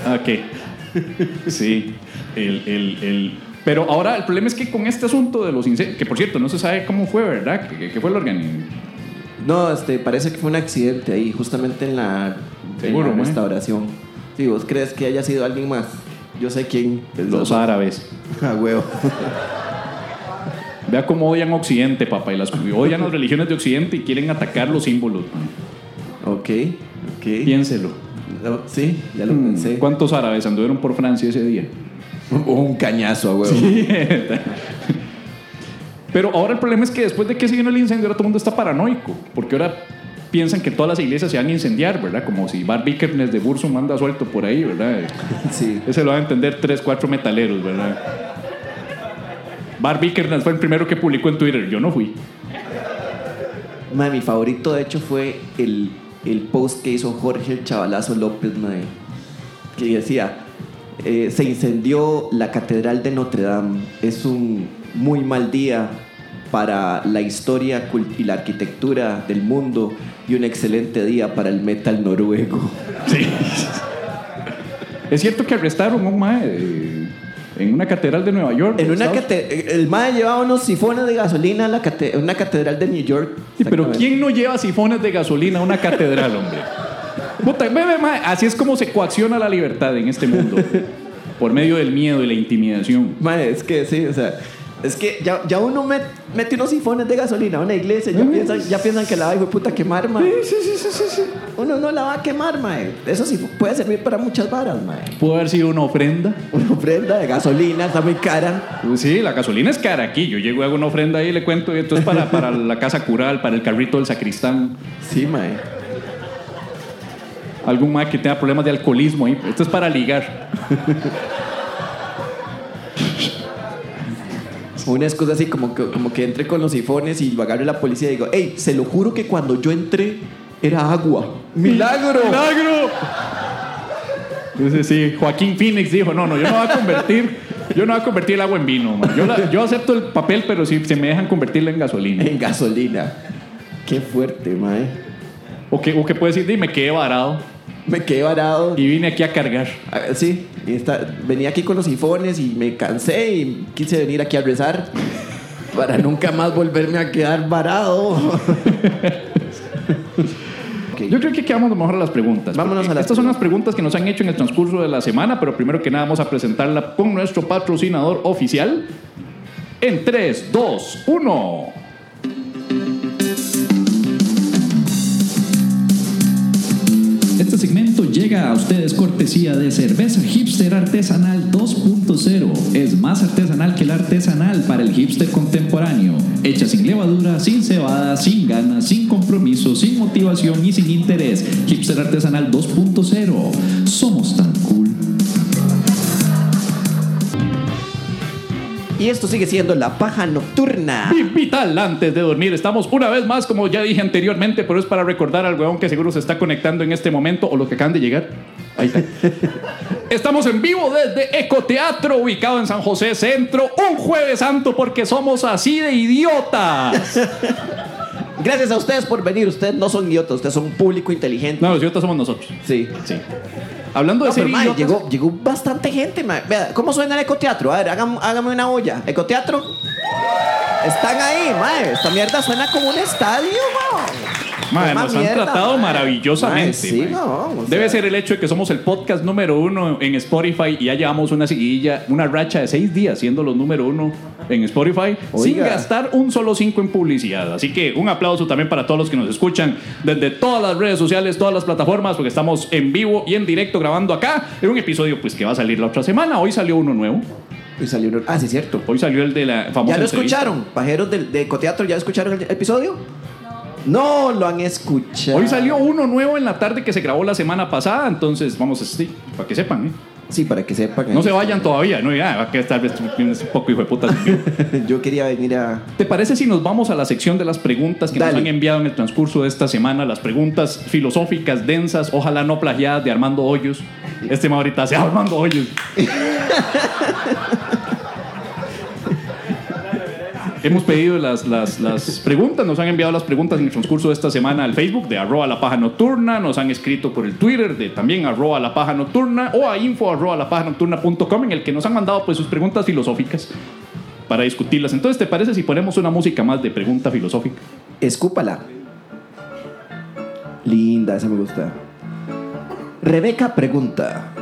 Ah, Ok. Sí, el, el, el- Pero ahora el problema es que con este asunto de los incendios, que por cierto no se sabe cómo fue, ¿verdad? Que, que- que fue el organismo.
No, este, parece que fue un accidente ahí, justamente en la, en
Seguro,
la
mae.
restauración. Si vos crees que haya sido alguien más, yo sé quién.
Los árabes.
Ah, huevo.
Vea cómo odian Occidente, papá, y las odian las religiones de Occidente y quieren atacar los símbolos. ma.
Ok, ok.
Piénselo.
No, sí, ya
Mm.
lo pensé.
¿Cuántos árabes anduvieron por Francia ese día?
Un cañazo, a huevo.
Pero ahora el problema es que después de que se vino el incendio, ahora todo el mundo está paranoico, porque ahora piensan que todas las iglesias se van a incendiar, ¿verdad? Como si Bart Vikernes de Bursum anda suelto por ahí, ¿verdad?
Sí.
Ese lo van a entender tres, cuatro metaleros, ¿verdad? Bart Vikernes fue el primero que publicó en Twitter, yo no fui.
Mae, mi favorito, de hecho, fue el, el post que hizo Jorge el Chavalazo López, mae, que decía, eh, se incendió la Catedral de Notre Dame, es un muy mal día para la historia cul- y la arquitectura del mundo y un excelente día para el metal noruego.
Es cierto que arrestaron a un mae de- en una catedral de Nueva York.
En una
Estados-
cate- el mae llevaba unos sifones de gasolina a la cate- a una catedral de New York.
Sí, pero
Exactamente.
¿quién no lleva sifones de gasolina a una catedral, hombre? Puta, ve, ve, mae, así es como se coacciona la libertad en este mundo. Por medio del miedo y la intimidación.
Mae, es que sí, o sea, es que ya, ya uno met- mete unos sifones de gasolina a una iglesia, ya piensan, ya piensan que la va a puta quemar, mae. Uno no la va a quemar, mae. Eso sí puede servir para muchas varas, mae.
Pudo haber sido una ofrenda.
Una ofrenda de gasolina está muy cara.
Sí, la gasolina es cara aquí. Yo llego y hago una ofrenda ahí y le cuento. Y esto es para, para la casa cural, para el carrito del sacristán.
Sí, mae.
Algún más que tenga problemas de alcoholismo ahí. Esto es para ligar.
Una excusa así como que, como que entre con los sifones y lo agarre la policía y digo, hey, se lo juro que cuando yo entré era agua. ¡Milagro!
¡Milagro! Entonces sí, Joaquín Phoenix dijo, no, no, yo no voy a convertir, yo no voy a convertir el agua en vino. man. Yo, la- yo acepto el papel, pero si se me dejan convertirla en gasolina.
En gasolina. Qué fuerte, mae.
O que, o que puede decir, dime, quedé varado
Me quedé varado.
y vine aquí a cargar.
Ah, Sí, y esta- venía aquí con los sifones y me cansé y quise venir aquí a rezar para nunca más volverme a quedar varado.
Yo creo que quedamos mejor a las preguntas.
Vámonos
porque
a las
Estas son las preguntas que nos han hecho en el transcurso de la semana, pero primero que nada vamos a presentarla con nuestro patrocinador oficial. En 3, 2, 1.
Este segmento llega a ustedes cortesía de cerveza hipster artesanal 2.0. Es más artesanal que el artesanal para el hipster contemporáneo. Hecha sin levadura, sin cebada, sin ganas, sin compromiso, sin motivación y sin interés. Hipster artesanal 2.0. Somos tan cool.
Y esto sigue siendo la paja nocturna.
Y vital antes de dormir. Estamos una vez más, como ya dije anteriormente, pero es para recordar al weón que seguro se está conectando en este momento o los que acaban de llegar. Ahí está. Estamos en vivo desde Ecoteatro, ubicado en San José Centro, un jueves santo porque somos así de idiotas.
Gracias a ustedes por venir. Ustedes no son idiotas, ustedes son un público inteligente.
No, los idiotas somos nosotros.
Sí.
Hablando de
No,
ser
pero, mae,
idiotas,
llegó, llegó bastante gente, mae. Vea, ¿cómo suena el ecoteatro? A ver, hágam- hágame una olla. ¿Ecoteatro? Están ahí, mae. Esta mierda suena como un estadio, mae.
Mae,
Toma
nos han
mierda,
tratado
mae.
maravillosamente.
Mae, sí,
mae.
no, o
Debe
sea,
ser el hecho de que somos el podcast número uno en Spotify y ya llevamos una seguidilla, una racha de seis días siendo los número uno en Spotify sin gastar un solo cinco en publicidad. Así que un aplauso también para todos los que nos escuchan desde todas las redes sociales, todas las plataformas, porque estamos en vivo y en directo grabando acá en un episodio pues que va a salir la otra semana. Hoy salió uno nuevo.
Y salió un- Ah, sí, cierto.
Hoy salió el de la famosa.
¿Ya lo
entrevista.
escucharon? Pajeros del- de, Ecoteatro, ¿ya escucharon el episodio? No lo han escuchado.
Hoy salió uno nuevo en la tarde que se grabó la semana pasada, entonces vamos así, para que sepan, ¿eh?
Sí, para que sepan.
No se vayan todavía, no ya, va que tal vez tienes un poco hijo de puta.
Yo quería venir a.
¿Te parece si nos vamos a la sección de las preguntas que
Dale.
nos han enviado en el transcurso de esta semana? Las preguntas filosóficas, densas, ojalá no plagiadas de Armando Hoyos. Este ma ahorita sea Armando Hoyos. Hemos pedido las, las, las preguntas, nos han enviado las preguntas en el transcurso de esta semana al Facebook de arroba la paja nocturna, nos han escrito por el Twitter de también arroba la paja nocturna o a info arroba la paja nocturna punto com, en el que nos han mandado pues sus preguntas filosóficas para discutirlas. Entonces, ¿te parece si ponemos una música más de pregunta filosófica?
Escúpala. Linda, esa me gusta. Rebeca pregunta: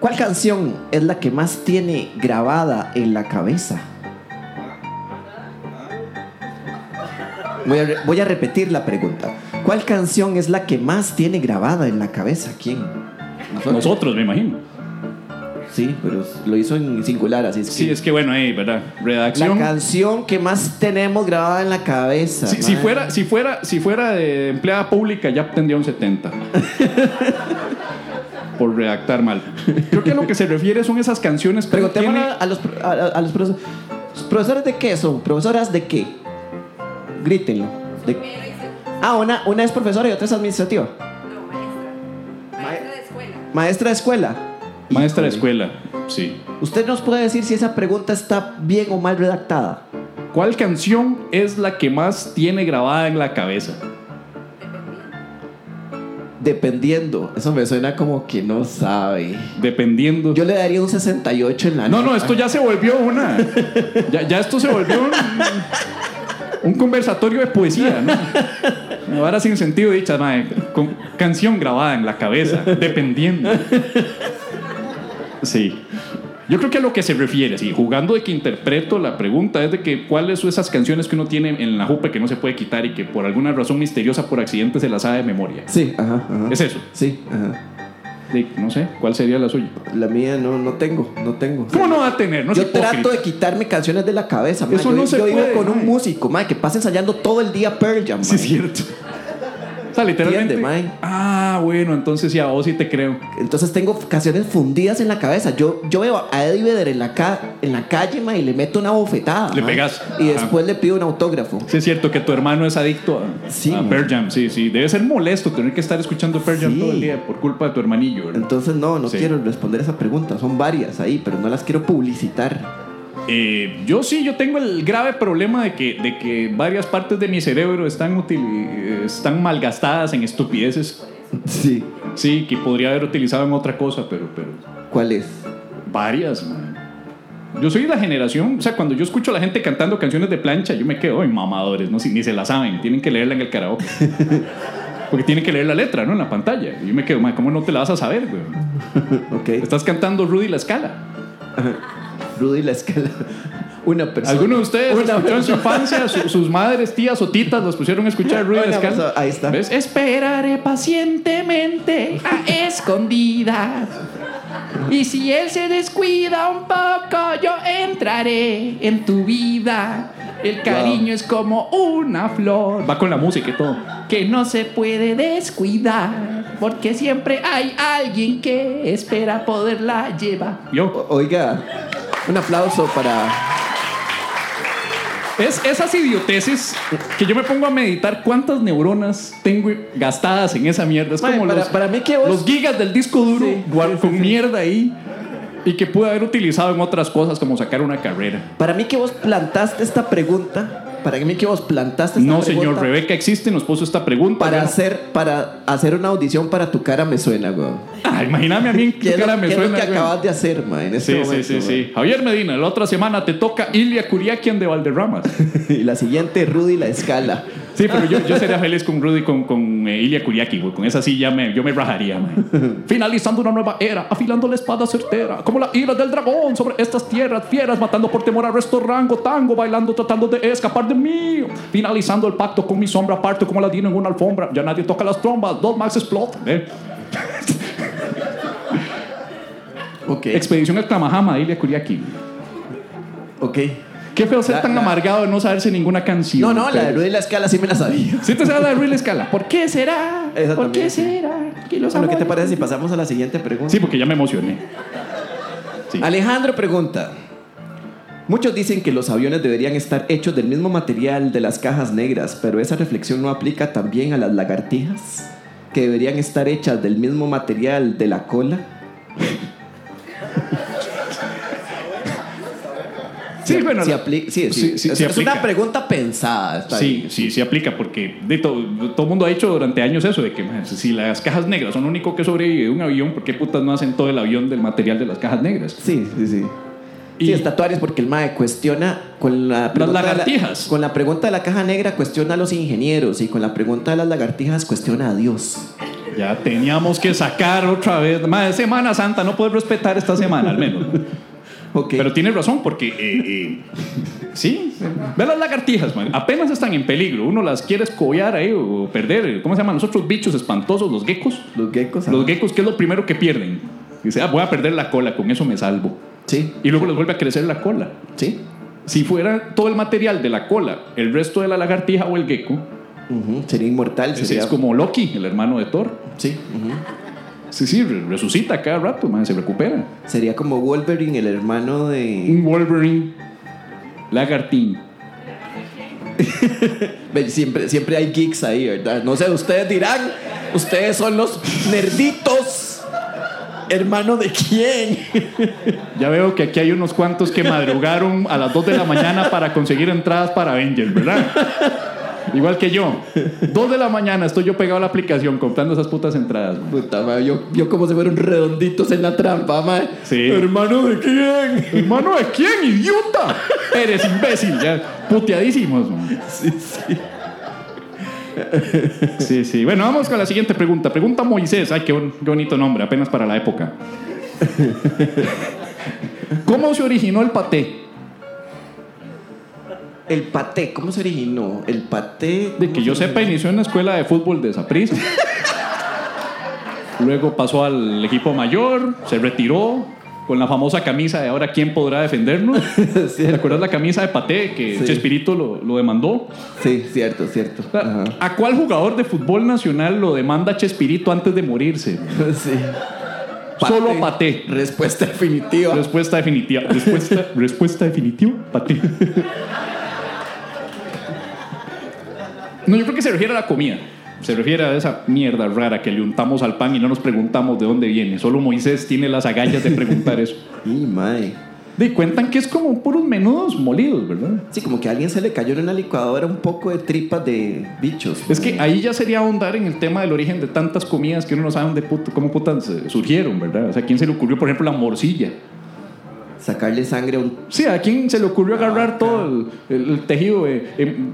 ¿Cuál canción es la que más tiene grabada en la cabeza? Voy a, re- voy a repetir la pregunta. ¿Cuál canción es la que más tiene grabada en la cabeza? ¿Quién?
Nosotros, me imagino.
Sí, pero lo hizo en singular, así es que-
Sí, es que bueno, ahí, ¿verdad?
La
Redacción.
canción que más tenemos grabada en la cabeza.
Si, si
mae.
fuera, si, fuera, si fuera de empleada pública, ya tendría un 70. Por redactar mal. Creo que a lo que se refiere son esas canciones que uno
Preguntémosle
tiene-
a los, pro- a, a los profes- profesores de qué son, profesoras de qué. Grítenlo. De- Ah, una, una es profesora y otra es administrativa.
No, maestra. Maestra
Maestra
de escuela.
de escuela.
Maestra de escuela, sí.
¿Usted nos puede decir si esa pregunta está bien o mal redactada?
¿Cuál canción es la que más tiene grabada en la cabeza?
Dependiendo. Eso me suena como que no sabe.
Dependiendo.
Yo le daría un 68 en la
Ah, No,
nota.
no, esto ya se volvió una. Ya, ya esto se volvió un, un conversatorio de poesía, ¿no? Ahora sin sentido dicha, mae, con canción grabada en la cabeza, dependiendo. Sí. Yo creo que a lo que se refiere, sí, jugando de que interpreto la pregunta es de que cuáles son esas canciones que uno tiene en la jupa que no se puede quitar y que por alguna razón misteriosa por accidente se las sabe de memoria.
Sí, ajá, ajá.
Es eso.
Sí, ajá.
Sí, No sé, ¿cuál sería la suya?
La mía no, no tengo, no tengo.
¿Cómo no va a tener? No es
yo
hipócrita.
trato de quitarme canciones de la cabeza. ma.
Eso
yo
no se
yo vivo
puede,
con un
mae.
músico, ma, que pasa ensayando todo el día Pearl Jam.
Sí,
ma.
es cierto. O sea, literalmente.
Entiende, mae.
ah, bueno, entonces ya vos sí te creo.
Entonces tengo canciones fundidas en la cabeza. Yo, yo veo a Eddie Vedder en la, ca- en la calle ma, y le meto una bofetada.
Le
ma.
pegas.
Y
Ajá.
después le pido un autógrafo.
Sí, es cierto que tu hermano es adicto a,
Sí,
a
man.
Pearl Jam. Sí, sí. Debe ser molesto tener que estar escuchando Pearl Jam
Sí.
todo el día por culpa de tu hermanillo. ¿verdad?
Entonces no, no
Sí.
quiero responder esa pregunta. Son varias ahí, pero no las quiero publicitar.
Eh, yo sí, yo tengo el grave problema de que, de que varias partes de mi cerebro están, util- eh, están malgastadas en estupideces.
Sí.
Sí, que podría haber utilizado en otra cosa, pero, pero
¿Cuál es?
Varias, man. Yo soy de la generación, o sea, cuando yo escucho a la gente cantando canciones de plancha, yo me quedo, ay, mamadores, no, si ni se la saben, tienen que leerla en el karaoke. Porque tienen que leer la letra, ¿no? En la pantalla. Y yo me quedo, man, ¿cómo no te la vas a saber, güey?
Ok.
Estás cantando Rudy la escala.
Rudy la escala. Una persona.
¿Alguno de ustedes
Una
escuchó en su
persona.
infancia, su- sus madres, tías o titas los pusieron a escuchar Rudy la
Una
escala?
persona, ahí está.
¿Ves? Esperaré pacientemente a escondidas. Y si él se descuida un poco, yo entraré en tu vida. El cariño es como una flor. Va con la música y todo. Que no se puede descuidar. Porque siempre hay alguien que espera poderla llevar. Yo.
O- Oiga, un aplauso para.
Es esas idioteces que yo me pongo a meditar cuántas neuronas tengo gastadas en esa mierda. Es
Mae,
como
para-
los,
para mí que vos-
los gigas del disco duro
Sí,
guar-
sí,
con mierda ahí. Y que pude haber utilizado en otras cosas como sacar una carrera.
Para mí que vos plantaste esta pregunta. Para mí que vos plantaste esta
No,
pregunta.
señor, Rebeca existe, nos puso esta pregunta.
Para
Yo no-
hacer, para hacer una audición para tu cara me suena, weón.
Ah, imagíname a mí en
¿Qué
qué
es lo-
cara me
qué es
suena.
lo que
güey.
acabas de hacer, ma, en este
Sí, sí,
momento,
sí,
ma?
sí. Javier Medina, la otra semana te toca Ilia Curiaquian de Valderramas.
Y la siguiente, Rudy la escala.
Sí, pero yo, yo sería feliz con Rudy, con, con eh, Ilia Kuriaki, güey. Con esa sí ya me, yo me rajaría, man. Finalizando una nueva era, afilando la espada certera, como la ira del dragón sobre estas tierras fieras, matando por temor al resto rango, tango, bailando, tratando de escapar de mí. Finalizando el pacto con mi sombra, parto como la dino en una alfombra. Ya nadie toca las trombas, dos max explot. eh.
Ok.
Expedición al Tamahama, Ilia Kuriaki.
Ok.
Qué feo ser
La-
tan
la-
amargado de no saberse ninguna canción.
No, no, la de Rudy la escala sí me la sabía.
Si te sabes la de Rudy la escala. ¿Por qué será?
Esa
¿Por
también,
qué
sí.
será? Que los
Bueno, ¿qué te
amores-
parece si pasamos a la siguiente pregunta?
Sí, porque ya me emocioné. sí.
Alejandro pregunta. Muchos dicen que los aviones deberían estar hechos del mismo material de las cajas negras, pero esa reflexión no aplica también a las lagartijas, que deberían estar hechas del mismo material de la cola.
Sí, bueno.
Sí,
la-
apli- sí, sí.
Sí, sí,
es,
sí
es una
aplica.
pregunta pensada. está
Sí,
bien.
sí, sí aplica, porque de to- todo el mundo ha hecho durante años eso, de que man, si las cajas negras son lo único que sobrevive de un avión, ¿por qué putas no hacen todo el avión del material de las cajas negras?
Sí, sí, sí.
Y-
sí, estatuarias porque el MAE cuestiona con la de la-
lagartijas.
con la pregunta de la caja negra cuestiona a los ingenieros y con la pregunta de las lagartijas cuestiona a Dios.
Ya teníamos que sacar otra vez, más Semana Santa, no puedes respetar esta semana al menos. ¿no?
Ok.
Pero tienes razón, porque. eh, eh, sí, ve las lagartijas, man. Apenas están en peligro. Uno las quiere escobiar ahí o perder. ¿Cómo se llaman los otros bichos espantosos? Los geckos.
los geckos.
Los
ajá.
geckos, ¿qué es lo primero que pierden? Dice, ah, voy a perder la cola, con eso me salvo.
Sí,
Y luego les vuelve a crecer la cola.
sí.
Si fuera todo el material de la cola, el resto de la lagartija o el gecko,
Ujú, Sería inmortal.
ese
Sería
es como Loki, el hermano de Thor.
Sí. ujú.
Sí, sí, re- resucita cada rato, man, se recupera.
Sería como Wolverine, el hermano de.
Un Wolverine, lagartín.
Ve, Siempre, siempre hay geeks ahí, ¿verdad? No sé, ustedes dirán, ustedes son los nerditos ¿Hermano de quién?
Ya veo que aquí hay unos cuantos que madrugaron a las 2 de la mañana para conseguir entradas para Avengers, ¿verdad? Igual que yo. 2 de la mañana estoy yo pegado a la aplicación comprando esas putas entradas. man.
Puta, madre, yo, yo como se fueron redonditos en la trampa, madre.
Sí.
¿Hermano de quién?
Hermano, ¿de quién, idiota? Eres imbécil, ya. Puteadísimos, man.
Sí, sí.
Sí, sí. Bueno, vamos con la siguiente pregunta. Pregunta Moisés. Ay, qué, bon- qué bonito nombre, apenas para la época. ¿Cómo se originó el paté?
El paté, ¿cómo se originó? El paté.
De que yo sepa, inició en la escuela de fútbol de Saprissa. Luego pasó al equipo mayor, se retiró con la famosa camisa de ahora quién podrá defendernos. ¿Te acuerdas la camisa de paté que
Sí.
Chespirito lo, lo demandó?
Sí, cierto, cierto. Ajá.
¿A cuál jugador de fútbol nacional lo demanda Chespirito antes de morirse?
Sí.
Solo paté.
Respuesta definitiva.
Respuesta definitiva. Respuesta, respuesta definitiva, Pati. No, yo creo que se refiere a la comida. Se refiere a esa mierda rara que le untamos al pan y no nos preguntamos de dónde viene. Solo Moisés tiene las agallas de preguntar eso.
Y mae.
De cuentan que es como puros menudos molidos, ¿verdad?
Sí, como que a alguien se le cayó en una licuadora un poco de tripas de bichos.
Es que ahí ya sería ahondar en el tema del origen de tantas comidas que uno no sabe dónde puto- cómo putas eh, surgieron, ¿verdad? O sea, ¿a quién se le ocurrió, por ejemplo, la morcilla?
Sacarle sangre a un.
Sí, ¿a quién se le
Ah,
ocurrió agarrar todo el, el- el tejido, eh, em,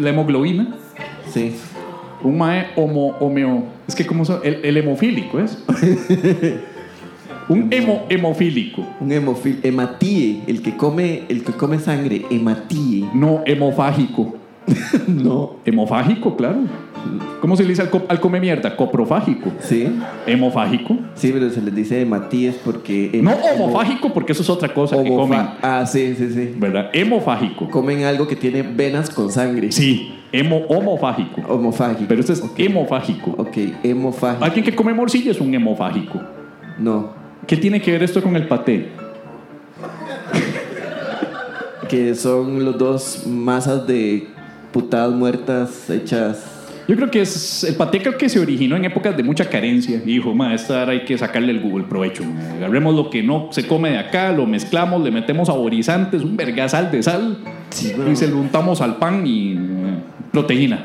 la hemoglobina?
Sí.
Un mae homo, homeo. Es que, ¿cómo son? El, el hemofílico, ¿es? Un hemo- hemofílico.
Un hemofil. Hematíe. El que come, el que come sangre. Hematíe.
No hemofágico.
No.
Hemofágico, claro. ¿Cómo se le dice al, co- al come mierda? Coprofágico.
Sí.
Hemofágico.
Sí, pero se les dice hematíes porque.
No
homofágico
homofágico, porque eso es otra cosa que comen.
Ah, sí, sí, sí.
¿Verdad? Hemofágico.
Comen algo que tiene venas con sangre.
Sí, hemo, homofágico.
Homofágico.
Pero este es
Ok.
hemofágico.
Ok, hemofágico.
Alguien que come morcilla es un hemofágico.
No.
¿Qué tiene que ver esto con el paté?
Que son los dos masas de putadas muertas hechas.
Yo creo que es, el paté creo que se originó en épocas de mucha carencia. Dijo, ma, esta hora hay que sacarle el, gu- el provecho. ma. Agarremos lo que no se come de acá, lo mezclamos, le metemos saborizantes, un vergasal de sal y se lo untamos al pan y eh, proteína.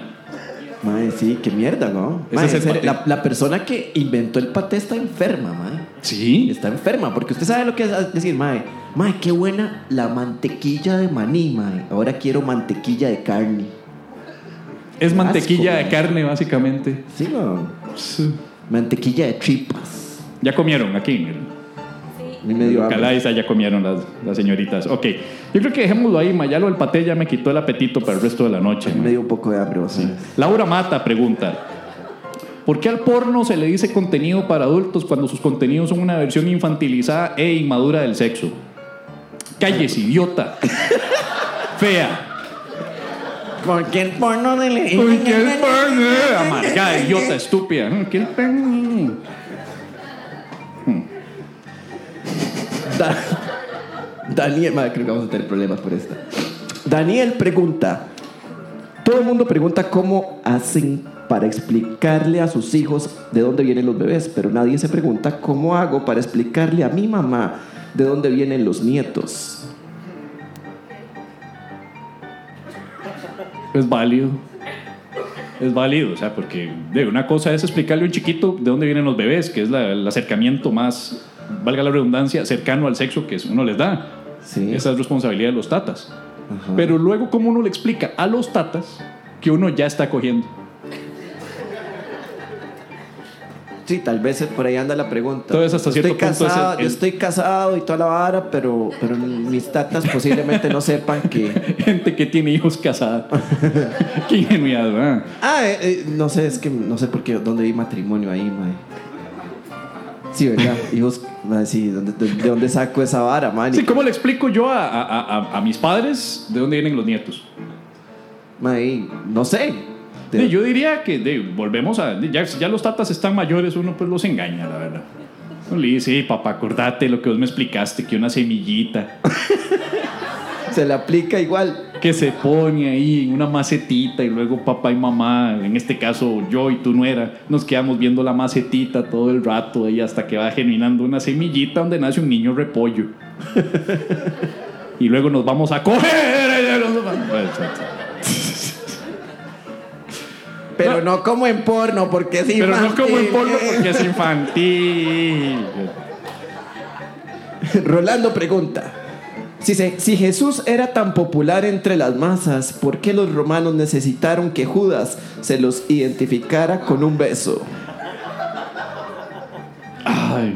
Mae, sí, qué mierda, ¿no?
Ese
Mae,
es
en
el
serio,
paté.
la, la persona que inventó el paté está enferma, mae.
Sí.
Está enferma, porque usted sabe lo que es decir, mae. Mae, qué buena la mantequilla de maní, mae. Ahora quiero mantequilla de carne.
Es
asco,
mantequilla de
ma.
carne, básicamente.
Sí, no. Mantequilla de tripas.
Ya comieron aquí. miren.
A mí me dio hambre.
Calaiza, ya comieron las, las señoritas. Ok. Yo creo que dejémoslo ahí, ma. Ya lo del paté ya me quitó el apetito para el resto de la noche. ma.
Me dio un poco de hambre, vos sabés.
Laura Mata pregunta: ¿Por qué al porno se le dice contenido para adultos cuando sus contenidos son una versión infantilizada e inmadura del sexo? Calles, idiota. Fea.
Porque el porno de le-
Amargada, idiota, estúpida. Mm, ¿qué el porno?
Da- Daniel, madre, creo que vamos a tener problemas por esta. Daniel pregunta. Todo el mundo pregunta cómo hacen para explicarle a sus hijos de dónde vienen los bebés, pero nadie se pregunta cómo hago para explicarle a mi mamá de dónde vienen los nietos.
Es válido. Es válido, o sea, porque de una cosa es explicarle a un chiquito de dónde vienen los bebés, que es la- el acercamiento más, valga la redundancia, cercano al sexo que uno les da.
Sí.
Esa es responsabilidad de los tatas. Pero luego, ¿cómo uno le explica a los tatas que uno ya está cogiendo?
Sí, tal vez por ahí anda la pregunta.
Entonces, hasta
Yo
cierto
estoy
punto es
casado,
el-
Yo
el-
estoy casado y toda la vara, pero, pero mis tatas posiblemente no sepan que...
Gente que tiene hijos casada. Qué ingenuidad, ¿verdad?
Ah, eh, eh, no sé, es que no sé por qué, dónde vi matrimonio ahí, mae. Sí, ¿verdad? Hijos, mae, sí, ¿dónde- de, de dónde saco esa vara, man?
Sí, ¿cómo le explico yo a, a- a- a- a mis padres de dónde vienen los nietos?
Mae, no sé. De-
Sí, yo diría que de, volvemos a. Ya, ya los tatas están mayores, uno pues los engaña, la verdad. Uno le dice, "Sí, papá, acordate lo que vos me explicaste, que una semillita.
se le aplica igual.
que se pone ahí en una macetita y luego papá y mamá, en este caso yo y tu nuera, nos quedamos viendo la macetita todo el rato ahí hasta que va germinando una semillita donde nace un niño repollo. y luego nos vamos a coger.
Pero no como en porno, porque es
Pero no como en
infantil.
eh,
polvo porque es infantil.
Rolando pregunta. Si, se- si Jesús era tan popular entre las masas, ¿por qué los romanos necesitaron que Judas se los identificara con un beso?
Ay,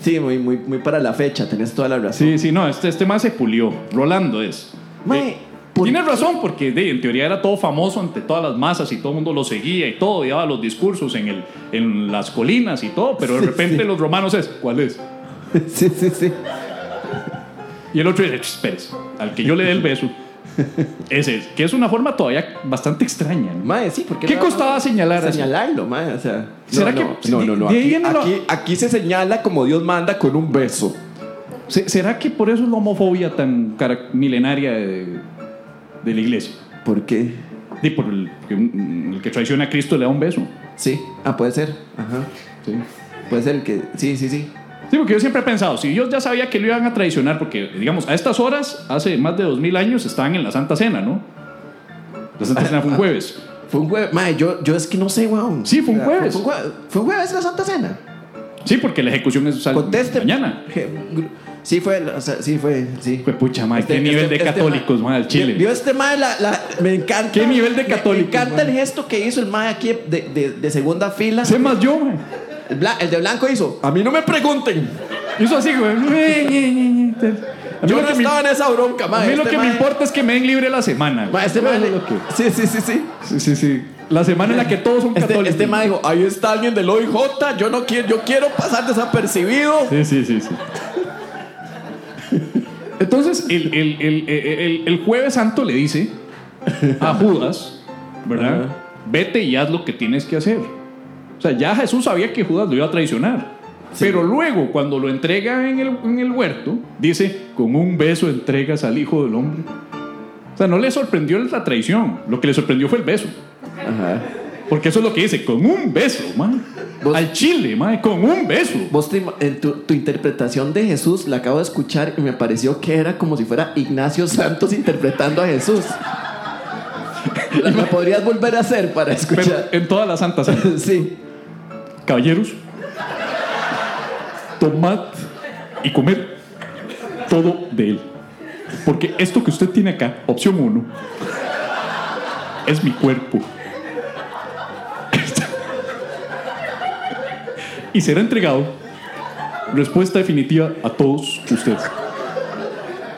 Sí, muy, muy, muy para la fecha, tenés toda la razón.
sí, sí, no, este, este más se pulió. Rolando es.
Mae,
Eh,
¿por
Tienes razón, porque de, en teoría era todo famoso ante todas las masas y todo el mundo lo seguía y todo, y daba los discursos en, el, en las colinas y todo, pero de
Sí,
repente
sí.
los romanos es, ¿cuál es?
Sí, sí, sí.
Y el otro dice, "Ch, espérese, al que yo le dé el beso, ese es, que es una forma todavía bastante extraña. ¿no?
Mae, sí, porque.
¿Qué costaba señalar así?
Señalarlo, mae, o sea. no,
¿Será
no,
que-
No, no, no.
de- de ahí
Aquí,
viene lo-
aquí- aquí se señala como Dios manda con un beso.
¿Se- ¿Será que por eso es la homofobia tan cara- milenaria de, de la iglesia?
¿Por qué?
Sí, por el, que un- el que traiciona a Cristo le da un beso.
Sí. Ah, puede ser. Ajá.
Sí.
Puede ser que. Sí, sí, sí.
Sí, porque yo siempre he pensado, si Dios ya sabía que lo iban a traicionar, porque, digamos, a estas horas, hace más de dos mil años, estaban en la Santa Cena, ¿no? La Santa Cena fue un jueves.
Fue un jueves. Mae, yo, yo es que no sé, weón.
Sí, fue un
O sea,
jueves.
Fue un jue- fue un jueves la Santa Cena.
Sí, porque la ejecución es al-
Conteste.
mañana.
Je- gru- Sí fue, o sea, sí fue, sí.
Pues pucha, madre, qué
Este-
nivel de
este- este
católicos,
ma-
madre, al Chile.
Vio este mae, la, la- me encanta.
Qué nivel de
me-
católicos,
Me encanta
ma.
el gesto que hizo el mae aquí de, de- de segunda fila.
Sé más yo, güey.
El, bla- el de blanco hizo. A mí no me pregunten.
Hizo así, güey. A mí
Yo
lo
no
que me-
estaba en esa bronca, mae.
a mí lo
Este
que me
mae-
importa es que me den libre la semana.
mae,
güey.
este mae- Sí, sí, sí, sí.
Sí, sí, sí. La semana en la que todos son
Este,
católicos.
este mae dijo, ahí está alguien del OIJ, yo no quiero, yo quiero pasar desapercibido.
Sí, sí, sí, sí. Entonces, el, el- el- el- el- el jueves santo le dice a Judas, ¿verdad?
Ajá.
Vete y haz lo que tienes que hacer. O sea, ya Jesús sabía que Judas lo iba a traicionar. Pero luego, cuando lo entrega en el, en el huerto, dice, con un beso entregas al Hijo del Hombre. O sea, no le sorprendió la traición, lo que le sorprendió fue el beso. Porque eso es lo que dice, con un beso, man.
Vos-
Al chile, man, con un beso.
Vos te ima- en tu, tu interpretación de Jesús la acabo de escuchar y me pareció que era como si fuera Ignacio Santos interpretando a Jesús. La, la podrías volver a hacer para
Pero
escuchar.
en todas las santas.
sí.
Caballeros, tomad y comed todo de él. Porque esto que usted tiene acá, opción 1, es mi cuerpo. y será entregado respuesta definitiva a todos ustedes.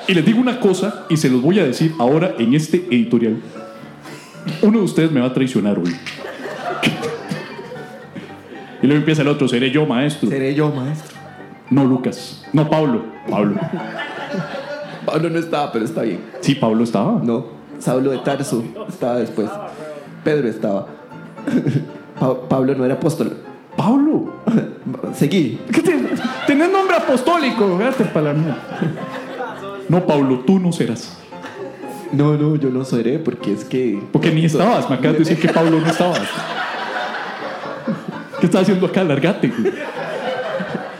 Y les digo una cosa y se los voy a decir ahora en este editorial. Uno de ustedes me va a traicionar hoy. Y luego empieza el otro, seré yo maestro.
Seré yo, maestro.
No Lucas. No Pablo. Pablo.
Pablo no estaba, pero está bien.
Sí, Pablo estaba.
No, Saulo de Tarso estaba después. Pedro estaba. Pa- Pablo no era apóstol.
Pablo.
Seguí.
¿Qué te- tenés nombre apostólico. Vete para la mierda. No, Pablo, tú no serás.
No, no, yo no seré porque es que.
Porque ni estabas. Me acabas de decir que Pablo no estabas. ¿Qué estás haciendo acá? Largate. güey.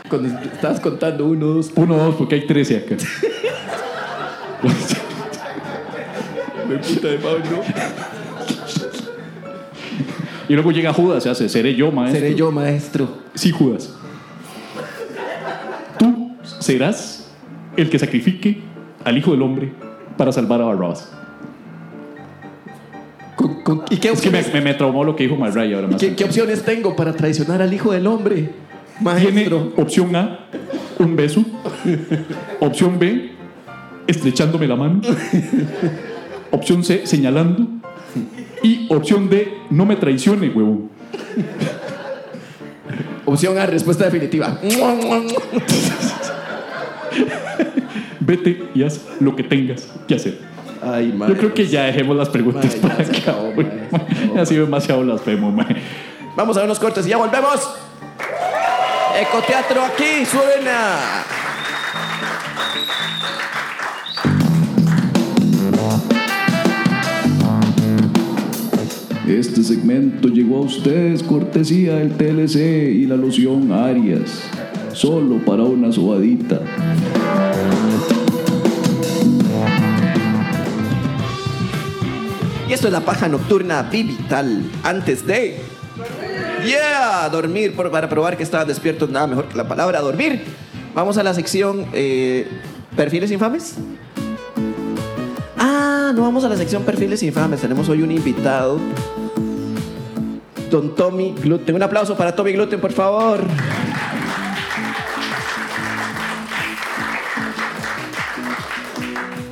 Cuando estabas contando uno, dos,
Uno, dos, porque hay trece acá.
me puta de Pablo.
Y luego llega Judas, se hace, seré yo maestro.
Seré yo, maestro.
Sí, Judas. Tú serás el que sacrifique al Hijo del Hombre para salvar a Barrabás.
Con- con- ¿Y qué
Es que me,
opciones,
me, me traumó lo que dijo Marray ahora más.
qué- qué opciones tengo para traicionar al hijo del hombre?
Tiene
Maestro.
opción A, un beso. Opción B, estrechándome la mano. Opción C, señalando. Y opción D, no me traicione, huevón.
Opción A, respuesta definitiva.
Vete y haz lo que tengas que hacer.
Ay,
Yo creo que ya dejemos las preguntas
Mae, pues. ya
para
se
acá.
acabó,
güey.
mae, se acabó.
Ha sido demasiado blasfemo, mae.
Vamos a ver unos cortes y ya volvemos. Ecoteatro aquí suena.
Este segmento llegó a ustedes cortesía del TLC y la loción Arias. Solo para una sobadita.
Y esto es la paja nocturna vivital antes de. Yeah, dormir por- para probar que estaban despiertos, nada mejor que la palabra dormir. Vamos a la sección eh, perfiles infames. Ah, no vamos a la sección perfiles infames. Tenemos hoy un invitado. Don Tommy Gluten. Un aplauso para Tommy Gluten, por favor.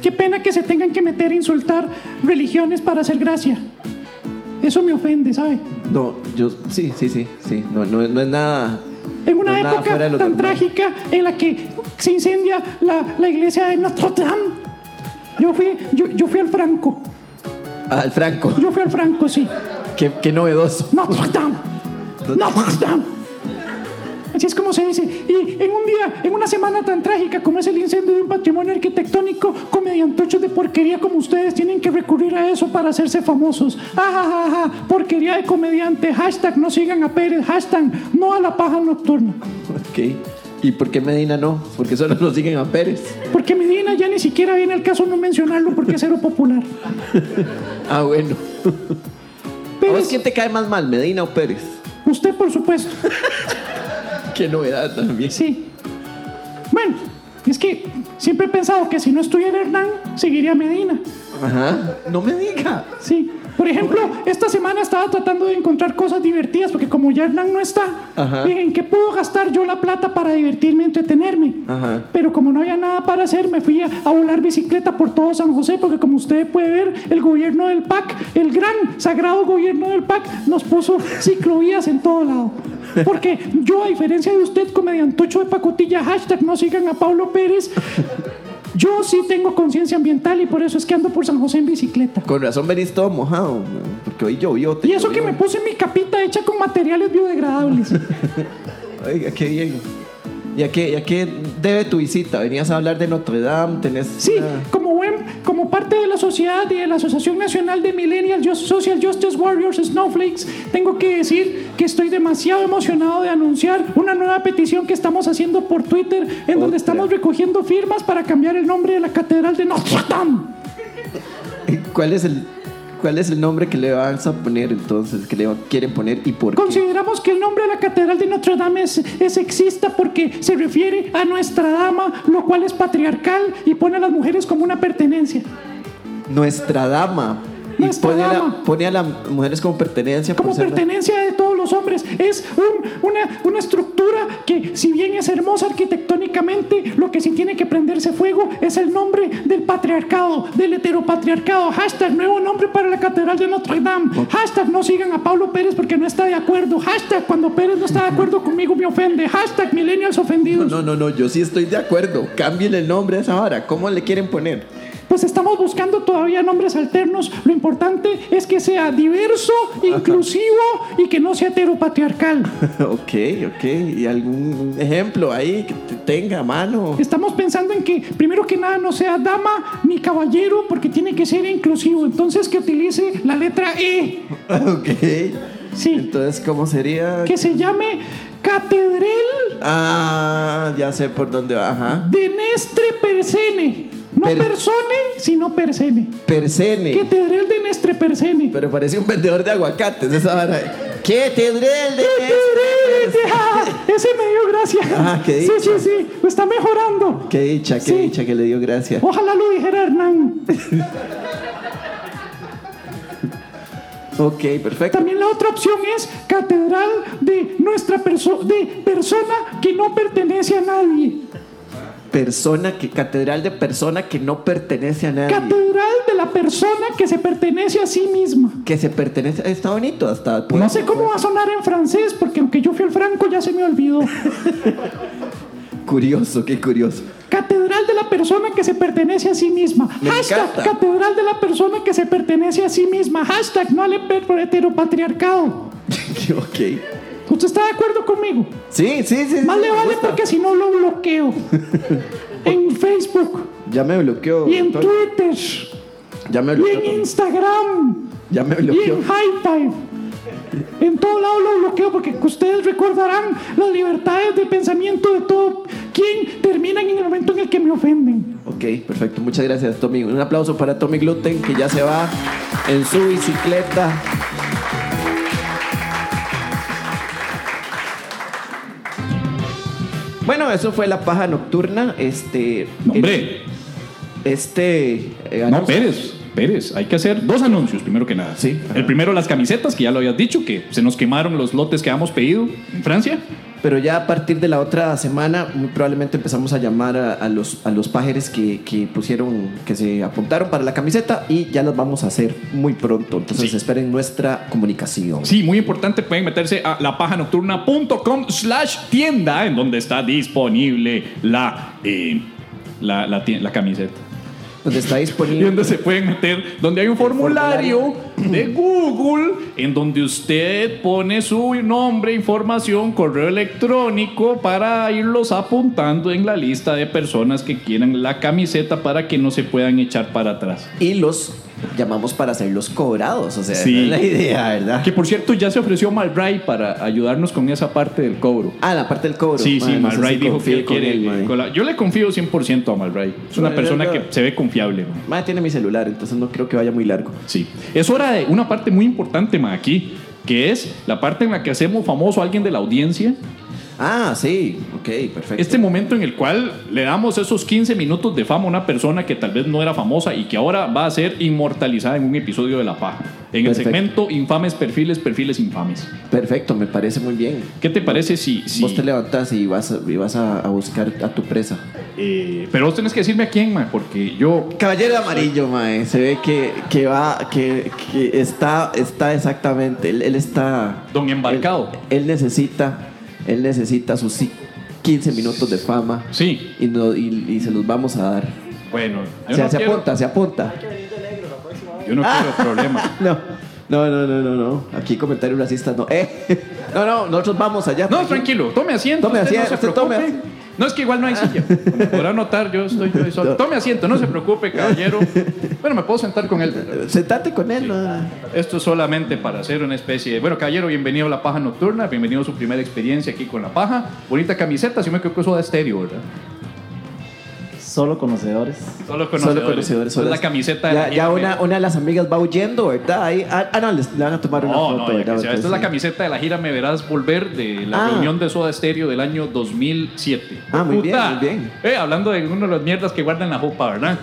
Qué pena que se tengan que meter a insultar religiones para hacer gracia. Eso me ofende, ¿sabe?
No, yo sí, sí, sí, sí. No, no, es- no es nada.
En
no
una
es Pues nada
época
fuera de
tan
lo normal.
trágica en la que se incendia la, la iglesia de Notre Dame. Yo fui, yo, yo fui al Franco.
Ah, el Franco.
Yo fui al Franco, sí.
Qué, qué novedoso.
Notre Dame. Notre Dame. Así es como se dice. Y en un día, en una semana tan trágica como es el incendio de un patrimonio arquitectónico, con mediantochos de porquería como ustedes tienen que recurrir a eso para hacerse famosos. Ajajaja, porquería de comediante. Hashtag no sigan a Pérez. Hashtag no a la paja nocturna.
Ok. ¿Y por qué Medina no? Porque solo nos siguen a Pérez.
Porque Medina ya ni siquiera viene al caso no mencionarlo porque es cero popular.
Ah, bueno. ¿A vos
Pérez,
quién te cae más mal, Medina o Pérez?
usted por supuesto.
Qué novedad también.
Sí. Bueno, es que siempre he pensado que si no estuviera Hernán, seguiría Medina.
Ajá. No me diga.
Sí. Por ejemplo, esta semana estaba tratando de encontrar cosas divertidas porque como ya Hernán no está,
Ajá.
dije, ¿en qué puedo gastar yo la plata para divertirme, entretenerme?
Ajá.
Pero como no había nada para hacer, me fui a, a volar bicicleta por todo San José porque como usted puede ver, el gobierno del PAC, el gran sagrado gobierno del PAC, nos puso ciclovías en todo lado. Porque yo, a diferencia de usted, comediantocho de pacotilla, hashtag no sigan a Pablo Pérez, yo sí tengo conciencia ambiental y por eso es que ando por San José en bicicleta.
Con razón venís todo mojado, man, porque hoy llovió. te
Y eso que
llovió.
me puse mi capita hecha con materiales biodegradables.
Oiga, qué bien. ¿Y a qué, y a qué debe tu visita? Venías a hablar de Notre Dame, tenés...
Sí,
una-
como, buen- como parte de la sociedad y de la Asociación Nacional de Millennial Just- Social Justice Warriors Snowflakes, tengo que decir que estoy demasiado emocionado de anunciar una nueva petición que estamos haciendo por Twitter, en donde
Otra.
estamos recogiendo firmas para cambiar el nombre de la Catedral de Notre Dame.
¿Cuál es el... ¿Cuál es el nombre que le vas a poner entonces? ¿Que le quieren poner y por qué?
Consideramos que el nombre de la Catedral de Notre Dame es, es sexista porque se refiere a Nuestra Dama, lo cual es patriarcal y pone a las mujeres como una pertenencia.
Nuestra dama.
Nuestra
y pone, A
dama.
la- pone a las mujeres como pertenencia. por
como
ser-
pertenencia de todos los hombres. Es un- una, una estructura que, si bien es hermosa arquitectónicamente, lo que sí tiene que prenderse fuego es el nombre del patriarcado, del heteropatriarcado. Hashtag nuevo nombre para la Catedral de Notre Dame. Hashtag no sigan a Pablo Pérez porque no está de acuerdo. Hashtag cuando Pérez no está de acuerdo conmigo me ofende. Hashtag millennials ofendidos.
No, no, no, yo sí estoy de acuerdo. Cambien el nombre a esa vara. ¿Cómo le quieren poner?
Pues estamos buscando todavía nombres alternos. Lo importante es que sea diverso, inclusivo y que no sea heteropatriarcal.
ok, ok. ¿Y algún ejemplo ahí que te tenga a mano?
Estamos pensando en que primero que nada no sea dama ni caballero porque tiene que ser inclusivo. Entonces que utilice la letra E.
ok.
Sí.
Entonces, ¿cómo sería?
Que se llame Catedral
Ah, ya sé por dónde va. Ajá.
de Nestre Persene. No
Per- E.
persone, sino persene.
Persene.
Catedral de Nestre Persene.
Pero parece un vendedor de aguacates esa vara. ¿Qué tendré el de
Catedral de- Ah, Ese me dio gracia.
Ah, qué
sí, sí,
dicha.
sí. Está mejorando.
Qué dicha, qué
Sí.
dicha que le dio gracia.
Ojalá lo dijera Hernán.
Ok, perfecto.
También la otra opción es catedral de nuestra perso- de persona que no pertenece a nadie.
Persona que, catedral de persona que no pertenece a nadie.
Catedral de la persona que se pertenece a sí misma.
que se pertenece. Está bonito hasta.
No sé cómo va a sonar en francés, porque aunque yo fui al franco ya se me olvidó.
Curioso, qué curioso.
Catedral de la persona que se pertenece a sí misma.
Me
Hashtag
encanta.
Catedral de la persona que se pertenece a sí misma. Hashtag no al heter- heteropatriarcado.
ok.
¿Usted está de acuerdo conmigo?
Sí, sí, sí. sí,
Más le
me
vale
gusta.
porque si no lo bloqueo. en Facebook
Ya me bloqueó.
y en
Antonio.
Twitter.
Ya me
y en
bloqueó.
Instagram
Ya me
y en
bloqueó.
High Five. En todo lado lo bloqueo porque ustedes recordarán las libertades de pensamiento de todo quien terminan en el momento en el que me ofenden.
Ok, perfecto. Muchas gracias, Tommy. Un aplauso para Tommy Gluten, que ya se va en su bicicleta. Bueno, eso fue la paja nocturna. Este.
No, hombre,
Este. eh,
no,
anuncio-
Pérez, Pérez, hay que hacer dos anuncios primero que nada.
Sí.
El primero, las camisetas, que ya lo habías dicho, que se nos quemaron los lotes que habíamos pedido en Francia.
Pero ya a partir de la otra semana, muy probablemente empezamos a llamar a, a los, a los pájaros que, que pusieron, que se apuntaron para la camiseta y ya las vamos a hacer muy pronto. Entonces
Sí.
esperen nuestra comunicación.
Sí, muy importante, pueden meterse a lapajanocturna.com slash tienda, en donde está disponible la, eh, la, la tie- la camiseta.
Donde está
Y
disponible.
donde se pueden meter, donde hay un formulario de Google, en donde usted pone su nombre, información, correo electrónico para irlos apuntando en la lista de personas que quieran la camiseta para que no se puedan echar para atrás.
Y los llamamos para hacerlos cobrados. O sea,
Sí.
esa es la idea, ¿verdad?
Que por cierto, ya se ofreció Malbray para ayudarnos con esa parte del cobro.
Ah, la parte del cobro.
Sí,
Madre,
sí,
no sé si
Malbray dijo
confío
que
con
quiere.
él, madre.
cola- Yo le confío 100% a Malbray. Es una
Madre,
persona que
verdad.
se ve confiable. man.
Madre, tiene mi celular, entonces no creo que vaya muy largo.
Sí. Es hora de una parte muy importante, ma, aquí, que es la parte en la que hacemos famoso a alguien de la audiencia.
Ah, sí. Ok, perfecto.
Este momento en el cual le damos esos 15 minutos de fama a una persona que tal vez no era famosa y que ahora va a ser inmortalizada en un episodio de La Paja. En el
Perfecto.
segmento Infames Perfiles, Perfiles Infames.
Perfecto, me parece muy bien.
¿Qué te parece si... si
Vos te levantas y vas, a- y vas a, a buscar a tu presa.
eh, pero vos tenés que decirme a quién, ma, porque yo...
Caballero amarillo, mae. Se ve que, que va, que, que está, está exactamente. Él, él está.
Don Embarcado.
Él, él necesita, él necesita sus sí- 15 minutos de fama.
Sí.
Y, no- y- y se los vamos a dar.
Bueno, yo
O sea,
no
se
quiero-
apunta, se apunta.
Yo no quiero problemas.
No, no, no, no, no, no. Aquí comentarios racistas, no. Eh, no, no, nosotros vamos allá.
No, tranquilo, tome asiento.
Tome
usted
asiento,
no se
usted tome
preocupe. No es que igual no hay silla. Como podrá notar, yo estoy, yo solo. Tome asiento, no se preocupe, caballero. Bueno, me puedo sentar con él. pero
Sentate con él. no.
Esto es solamente para hacer una especie de. Bueno, caballero, bienvenido a La Paja Nocturna. Bienvenido a su primera experiencia aquí con La Paja. Bonita camiseta, si me creo que eso da estéreo, ¿verdad?
Solo conocedores.
Solo conocedores.
Solo conocedores.
Es
solo-
la camiseta de
Ya,
la
ya
gira.
una, una de las amigas va huyendo, ¿verdad? Ahí, ah, ah, no, les- le van a tomar una
No,
foto,
no, ya que sea,
¿verdad?
Esta es la
Entonces,
camiseta de la gira Me Verás Volver de la
Ah.
reunión de Soda Stereo del año 2007.
Ah, muy bien,
Puta.
muy bien.
Eh, hablando de uno de las mierdas que guardan la jupa, ¿verdad?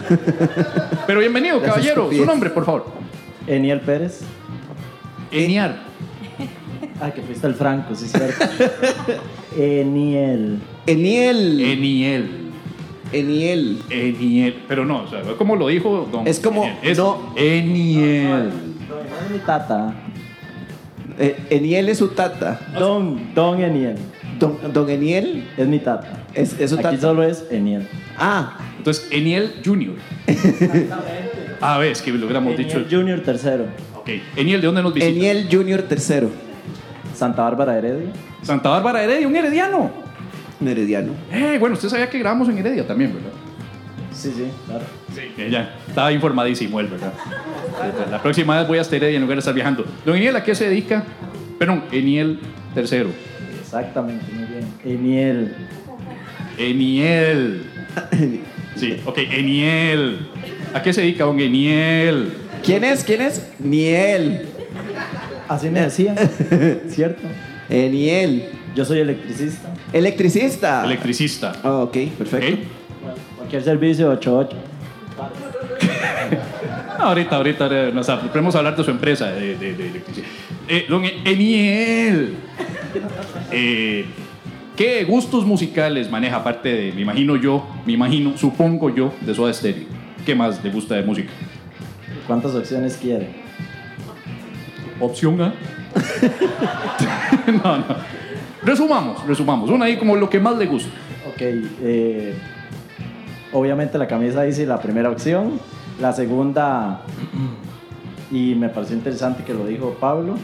Pero bienvenido,
Las
caballero. Su
estupideces.
nombre, por favor.
Eniel Pérez.
Eniar.
Ah, que fuiste el Franco, sí, cierto. Eniel.
Eniel.
Eniel.
Eniel.
Eniel. Pero no, o sea, como lo dijo don.
Es como,
Eniel. Es
no.
Eniel.
Don Eniel es mi tata.
Eh, Eniel es su tata.
Don, Don Eniel.
Don, don Eniel
Es mi tata.
es, es su
Aquí
tata.
solo es Eniel.
Ah,
Entonces, Eniel Junior. A ver, es que lo hubiéramos dicho.
Eniel Junior tercero.
Ok. Eniel, ¿de dónde nos visita?
Eniel Junior tercero.
Santa Bárbara Heredia.
Santa Bárbara Heredia, un herediano.
Nerediano.
Eh, bueno, usted sabía que grabamos en Heredia también, ¿verdad?
Sí, sí, claro.
Sí, ella estaba informadísimo él, ¿verdad? pues, La próxima vez voy a estar y en lugar de estar viajando. Don Eniel, ¿a qué se dedica? Perdón, Eniel tercero.
Exactamente, muy bien. Eniel.
Eniel. Sí, ok, Eniel. ¿A qué se dedica don Eniel?
¿Quién es? ¿Quién es? Niel.
Así me decían, ¿cierto?
Eniel.
Yo soy electricista.
Electricista.
Electricista.
Ah, ok,
¿Ok?
perfecto.
Cualquier servicio 88.
No, ahorita, ahorita, ahora nos podemos hablar de su empresa de, de- de electricidad. Eh, don Eniel, eh, ¿qué gustos musicales maneja aparte de, me imagino yo, me imagino, supongo yo, de Soda Stereo? ¿Qué más le gusta de música?
¿Cuántas opciones quiere?
Opción A. no, no. Resumamos, resumamos. Una ahí como lo que más le gusta.
Ok, eh, obviamente la camisa dice la primera opción. La segunda, y me pareció interesante que lo dijo Pablo,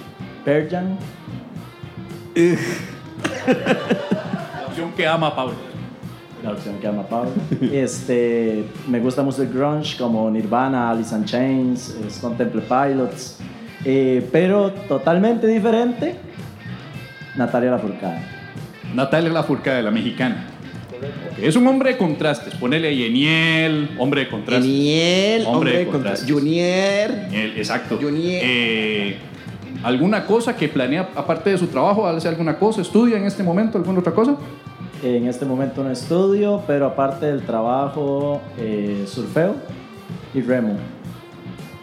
Perjan.
La opción que ama a Pablo.
la opción que ama Pablo. Este, me gusta mucho el grunge como Nirvana, Alice in Chains, eh, Stone Temple Pilots, Eh, pero totalmente diferente. Natalia Lafourcade.
Natalia Lafourcade, la mexicana. Ok, Es un hombre de contrastes. Ponele Yeniel, hombre de contrastes.
Daniel,
Hombre de
hombre, contra
contrastes.
Junior.
Yeniel, exacto.
Yeniel.
Eh, ¿Alguna cosa que planea, aparte de su trabajo, hace alguna cosa? ¿Estudia en este momento alguna otra cosa?
En este momento no estudio, pero aparte del trabajo, eh, surfeo y remo.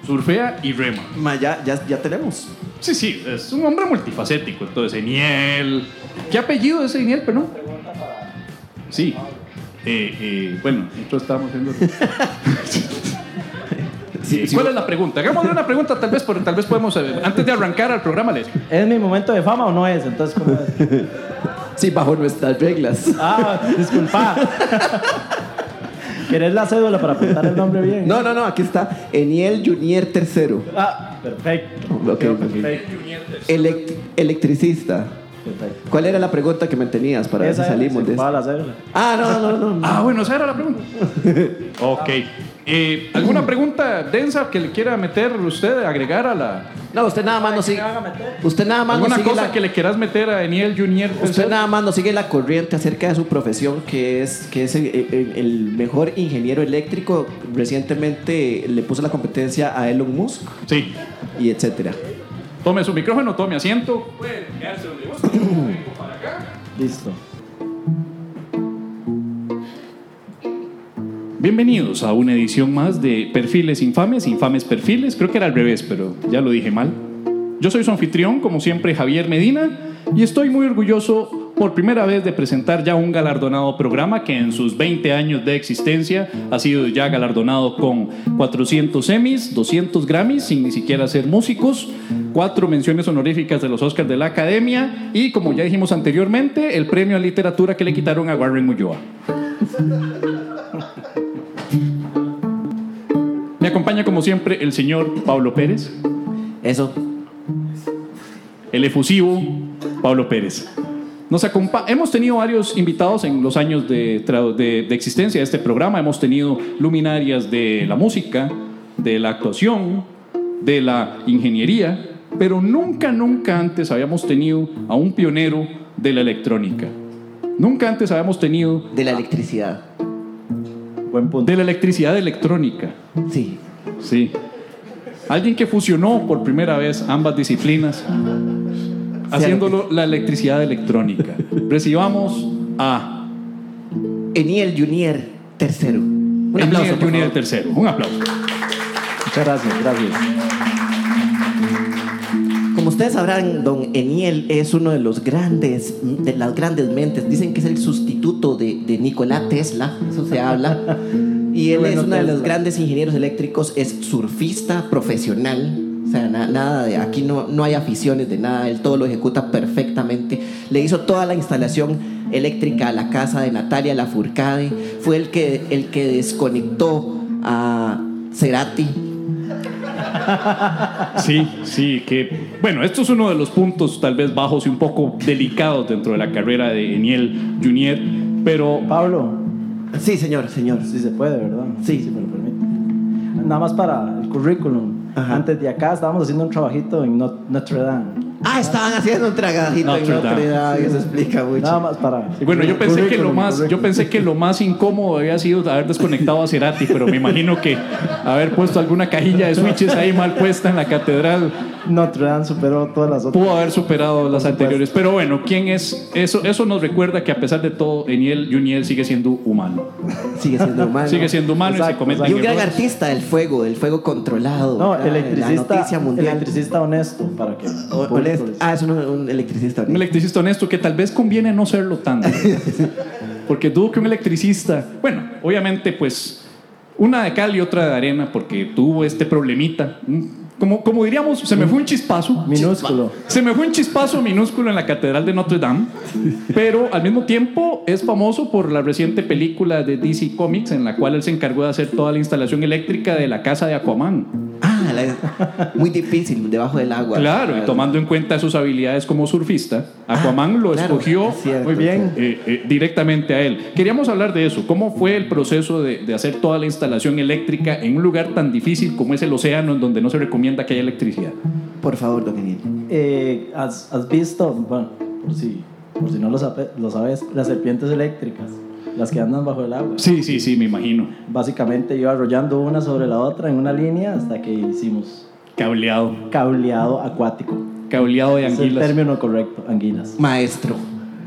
Surfea y rema.
Ma, ya, ya, ya tenemos.
Sí, sí, es un hombre multifacético. Entonces, Eniel. ¿Qué apellido es Eniel, pero no? Sí. Eh, eh, bueno, nosotros estábamos viendo.
Sí,
Eh,
sí.
¿Cuál es la pregunta? Hagámosle una pregunta, tal vez, por- tal vez podemos. eh, antes de arrancar al programa, les.
¿Es mi momento de fama o no es? Entonces, ¿cómo es?
Sí, bajo nuestras reglas.
Ah, disculpa. ¿Querés la cédula para apuntar el nombre bien?
No, no, no, aquí está. Eniel Junior tercero.
Ah, perfecto.
Ok,
Quedó
ok.
perfecto.
Elec- electricista.
perfecto.
¿Cuál era la pregunta que me tenías para ver si
Esa era,
salimos de
disculpa
esto?
la cédula.
Ah, no, no, no. no.
Ah, bueno, esa era la pregunta. Ok. Eh, ¿Alguna pregunta densa que le quiera meter usted, agregar a la.
No, usted nada más no sigue. Usted nada más no
¿Alguna
sigue
cosa
la,
que le quieras meter a Eniel Junior?
usted nada más no sigue la corriente acerca de su profesión, que es, que es el, el- el mejor ingeniero eléctrico. Recientemente le puso la competencia a Elon Musk
Sí.
y etcétera.
Tome su micrófono, tome asiento.
Listo.
Bienvenidos a una edición más de Perfiles Infames, Infames Perfiles. Creo que era al revés, pero ya lo dije mal. Yo soy su anfitrión, como siempre, Javier Medina, y estoy muy orgulloso por primera vez de presentar ya un galardonado programa que en sus 20 años de existencia ha sido ya galardonado con 400 Emmys, 200 Grammys, sin ni siquiera ser músicos, cuatro menciones honoríficas de los Oscars de la Academia y, como ya dijimos anteriormente, el premio a literatura que le quitaron a Warren Ulloa. Me acompaña como siempre el señor Pablo Pérez,
Eso.
el efusivo Pablo Pérez. Nos acompa- Hemos tenido varios invitados en los años de, tra- de- de existencia de este programa. Hemos tenido luminarias de la música, de la actuación, de la ingeniería, pero nunca, nunca antes habíamos tenido a un pionero de la electrónica. Nunca antes habíamos tenido
De la electricidad.
Buen punto.
de la electricidad electrónica.
Sí.
Sí. Alguien que fusionó por primera vez ambas disciplinas, haciéndolo la electricidad electrónica. Recibamos a
Eniel Junior tercero. Un aplauso.
Engineer
por
Junior
favor.
tercero. Un aplauso.
Muchas gracias, gracias.
Como ustedes sabrán, don Eniel es uno de los grandes, de las grandes mentes. Dicen que es el sustituto de, de Nikola Tesla, eso se habla. Y él
Bueno,
es uno de los
Tesla.
grandes ingenieros eléctricos, es surfista profesional. O sea, na- nada de aquí no, no hay aficiones de nada, él todo lo ejecuta perfectamente. Le hizo toda la instalación eléctrica a la casa de Natalia Lafourcade. Fue el que, el que desconectó a Cerati.
Sí, sí, que bueno, esto es uno de los puntos tal vez bajos y un poco delicados dentro de la carrera de Eniel Junior, pero
Pablo,
Sí, señor, señor.
si se puede, ¿verdad?
Sí.
Si me lo permite. Nada más para el currículum.
Ajá.
Antes de acá estábamos haciendo un trabajito en Not- Notre Dame.
Ah, estaban haciendo un tragadito
Notre
en Notre Dame, eso explica mucho.
Nada más para.
Y bueno, yo pensé que lo
Currículum,
más, yo
currículum.
pensé que lo más incómodo había sido haber desconectado a Cerati, pero me imagino que haber puesto alguna cajilla de switches ahí mal puesta en la catedral
Notre Dame superó todas las otras.
pudo haber superado las anteriores. Pero bueno, ¿quién es? Eso, eso nos recuerda que a pesar de todo, Eniel Juniel sigue siendo humano.
Sigue siendo humano.
Sigue siendo humano y se
Exacto,
cometen
Y un gran
errores.
artista del fuego, del fuego controlado.
No,
¿verdad? Ah, La
electricista,
noticia mundial.
electricista honesto para que.
O- honesto. Ah, es un, un electricista.
Un electricista honesto que tal vez conviene no serlo tanto. Porque dudo que un electricista, bueno, obviamente pues una de cal y otra de arena porque tuvo este problemita. Un- Como, como diríamos, se me fue un chispazo.
Minúsculo.
Se me fue un chispazo minúsculo en la Catedral de Notre Dame, pero al mismo tiempo es famoso por la reciente película de DC Comics en la cual él se encargó de hacer toda la instalación eléctrica de la casa de Aquaman.
Ah, mal, es muy difícil debajo del agua.
Claro, y tomando en cuenta sus habilidades como surfista, Aquaman lo
Ah, claro,
escogió
es cierto,
muy bien,
sí.
eh, eh, directamente a él. Queríamos hablar de eso, cómo fue el proceso de, de hacer toda la instalación eléctrica en un lugar tan difícil como es el océano, en donde no se recomienda que haya electricidad.
Por favor, don Eniel.
Eh, ¿has, has visto, bueno, por si, por si no lo, sabe- lo sabes, las serpientes eléctricas, las que andan bajo el agua.
Sí, sí, sí, me imagino.
Básicamente iba arrollando una sobre la otra en una línea hasta que hicimos
Cableado,
cableado acuático.
cableado de
Es el
anguilas.
término correcto, anguilas.
Maestro,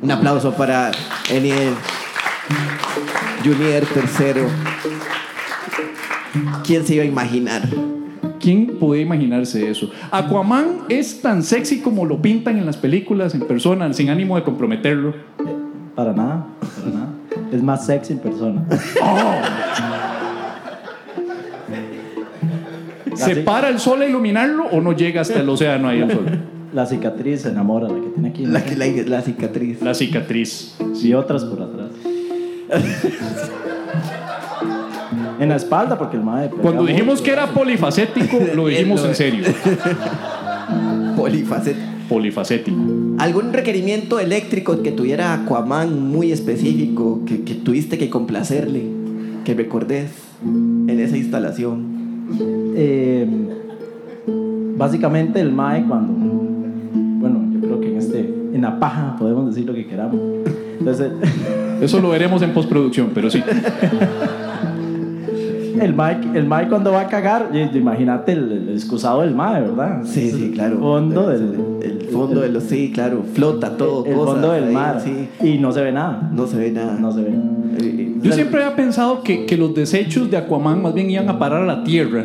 un aplauso para Eniel. Junior tercero. ¿Quién se iba a imaginar?
¿Quién podía imaginarse eso? Aquaman es tan sexy como lo pintan en las películas, en persona, sin ánimo de comprometerlo.
Para nada, para nada. Es más sexy en persona.
¿Se
Así.
para el sol a iluminarlo o no llega hasta el océano ahí el sol?
La cicatriz se enamora, la que tiene aquí. ¿no?
La, la- la cicatriz.
La cicatriz.
Y otras por atrás. en la espalda, porque el mae. pega
Cuando dijimos
mucho.
que era polifacético, lo dijimos en serio.
Polifacética.
Polifacético.
¿Algún requerimiento eléctrico que tuviera Aquaman muy específico que, que tuviste que complacerle? Que recordés en esa instalación.
Eh, básicamente, el mae, cuando. Bueno, yo creo que en este. En la paja podemos decir lo que queramos. Entonces,
Eso lo veremos en postproducción, pero sí.
el mae, el mae cuando va a cagar, y- y imagínate el, el excusado del mae, ¿verdad?
Sí, sí, claro.
Fondo del.
El fondo del... Sí, claro. Flota todo.
el
cosas
fondo del
ahí,
mar.
Sí.
Y no se ve nada.
No se ve nada.
No se ve nada.
Eh,
Yo siempre había pensado que, que los desechos de Aquaman más bien iban a parar a la tierra.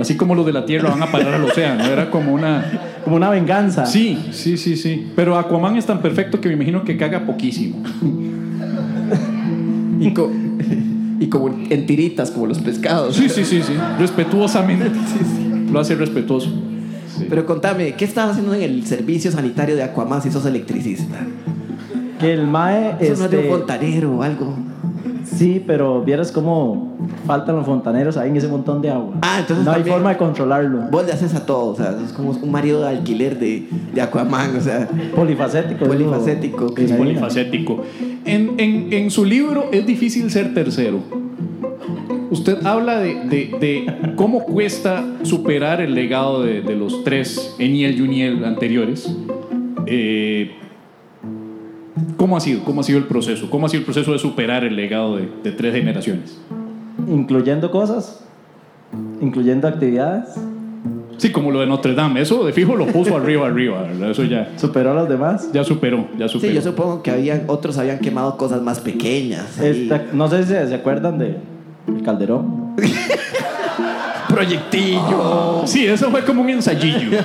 Así como los de la tierra van a parar al océano. Era como una.
Como una venganza.
Sí, sí, sí, sí. Pero Aquaman es tan perfecto que me imagino que caga poquísimo.
Y, co- y como en tiritas, como los pescados.
Sí, sí, sí, sí. Respetuosamente. Lo hace respetuoso.
Pero contame, ¿qué estabas haciendo en el servicio sanitario de Aquaman si sos electricista?
Que el mae.
Eso no es de un
este,
fontanero o algo.
Sí, pero vieras cómo faltan los fontaneros ahí en ese montón de agua.
Ah, entonces
no hay
también-
forma de controlarlo.
Vos le haces a todo, o sea, es como un marido de alquiler de, de Aquaman, o sea,
Polifacético.
polifacético.
es lo- Medina.
polifacético. En, en- en su libro es difícil ser tercero. Usted habla de, de- de cómo cuesta superar el legado de, de los tres Eniel y Uniel anteriores. Eh, ¿Cómo ha sido? ¿Cómo ha sido el proceso? ¿Cómo ha sido el proceso de superar el legado de, de tres generaciones?
Incluyendo cosas. Incluyendo actividades.
Sí, como lo de Notre Dame. Eso de fijo lo puso arriba, arriba. ¿verdad? Eso ya,
Superó a los demás.
ya superó, ya superó.
Sí, yo supongo que habían, otros habían quemado cosas más pequeñas. ahí.
Esta- no sé si se se acuerdan de el Calderón.
Proyectillo.
Sí, eso fue como un ensayillo.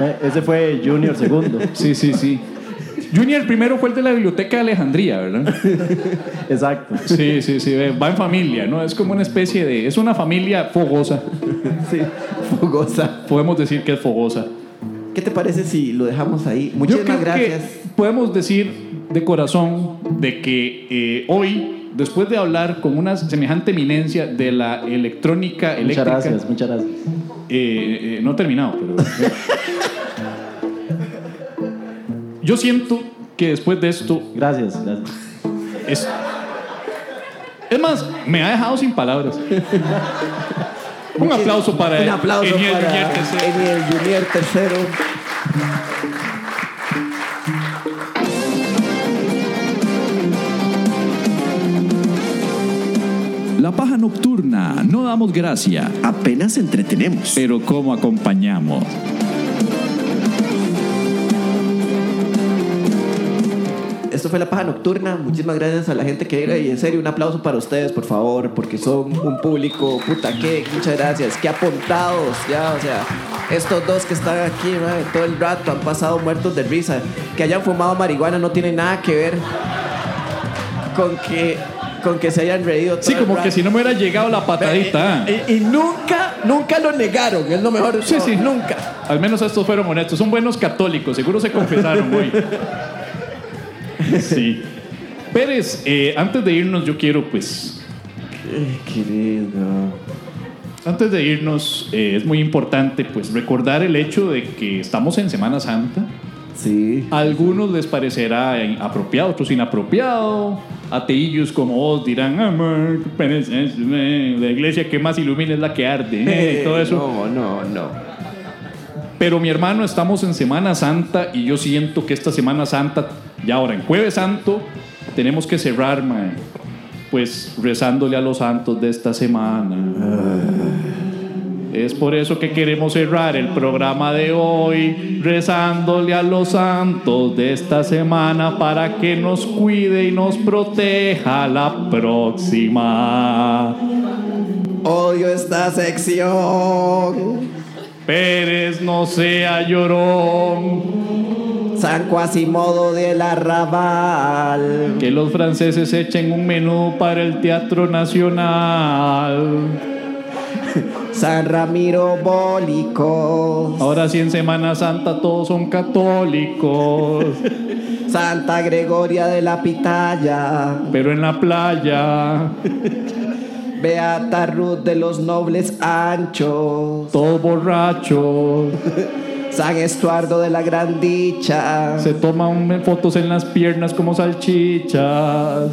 Eh, Ese fue Junior segundo.
Sí, sí, sí. Junior, el primero fue el de la biblioteca de Alejandría, ¿verdad?
Exacto.
Sí, sí, sí, ve, va en familia, ¿no? Es como una especie de... Es una familia fogosa,
Sí, fugosa.
podemos decir que es fogosa.
¿Qué te parece si lo dejamos ahí?
Yo
Muchísimas
creo
gracias.
que podemos decir de corazón de que eh, hoy, después de hablar con una semejante eminencia de la electrónica
Muchas
eléctrica...
gracias, muchas gracias.
Eh, eh, no he terminado, pero. Yo siento que después de esto
Gracias, gracias.
es. Es más, me ha dejado sin palabras. Un aplauso para
Un aplauso
Eniel
para
Guillier, que se-
Eniel Junior tercero.
La paja nocturna, no damos gracia,
Apenas entretenemos.
pero ¿cómo acompañamos?
Esto fue La Paja Nocturna. Muchísimas gracias a la gente que era y en serio, un aplauso para ustedes, por favor, porque son un público, puta que, muchas gracias, que apuntados, ya, o sea, estos dos que están aquí, mae, todo el rato han pasado muertos de risa. Que hayan fumado marihuana no tiene nada que ver con que, con que se hayan reído todo
Sí,
el
como
rato.
que si no me hubiera llegado la patadita.
Y, y- y nunca, nunca lo negaron, es lo mejor. de
Sí,
todo,
sí.
Nunca.
Al menos estos fueron honestos. Son buenos católicos, seguro se confesaron hoy. Sí. Pérez, eh, antes de irnos, yo quiero, pues, Antes de irnos, eh, es muy importante pues recordar el hecho de que estamos en Semana Santa.
Sí.
A algunos les parecerá eh, apropiado, otros inapropiado. Ateillos como vos dirán, "Amor, qué pereza es, eh, la iglesia que más ilumina es la que arde. eh", y todo
No,
eso.
no, no.
Pero mi hermano, estamos en Semana Santa y yo siento que esta Semana Santa, ya ahora en Jueves Santo, tenemos que cerrar, mae, pues rezándole a los santos de esta semana. Es por eso que queremos cerrar el programa de hoy rezándole a los santos de esta semana para que nos cuide y nos proteja la próxima.
Odio esta sección.
Pérez no sea llorón.
San Quasimodo del Arrabal.
Que los franceses echen un menú para el Teatro Nacional.
San Ramiro Bólico.
Ahora sí en Semana Santa todos son católicos,
Santa Gregoria de la Pitaya.
pero en la playa
Beata Ruth de los Nobles Anchos.
todos borrachos,
San Estuardo de la Gran Dicha.
se toman fotos en las piernas como salchichas.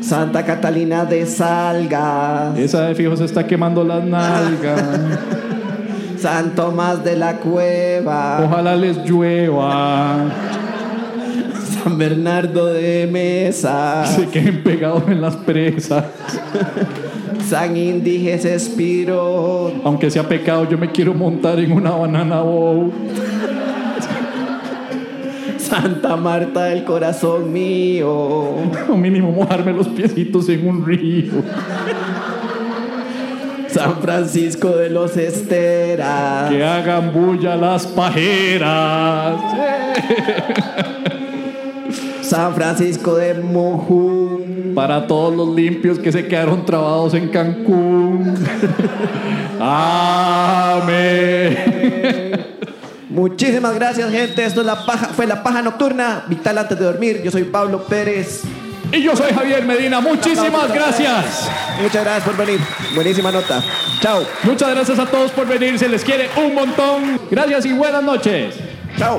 Santa Catalina de Salga.
Esa de fijo se está quemando las nalgas.
San Tomás de la Cueva.
Ojalá les llueva,
San Bernardo de Mesa.
se queden pegados en las presas.
San Indiges Espiro.
Aunque sea pecado, yo me quiero montar en una banana bowl.
Santa Marta del Corazón Mío.
O mínimo mojarme los piecitos en un río.
San Francisco de los Esteras.
Que hagan bulla las pajeras.
San Francisco de Mojún.
Para todos los limpios que se quedaron trabados en Cancún. Amén.
Muchísimas gracias, gente. Esto es la paja, fue la paja nocturna. Vital antes de dormir. Yo soy Pablo Pérez.
Y yo soy Javier Medina. Muchísimas gracias.
Muchas gracias por venir. Buenísima nota. Chao.
Muchas gracias a todos por venir. Se les quiere un montón. Gracias y buenas noches.
Chao.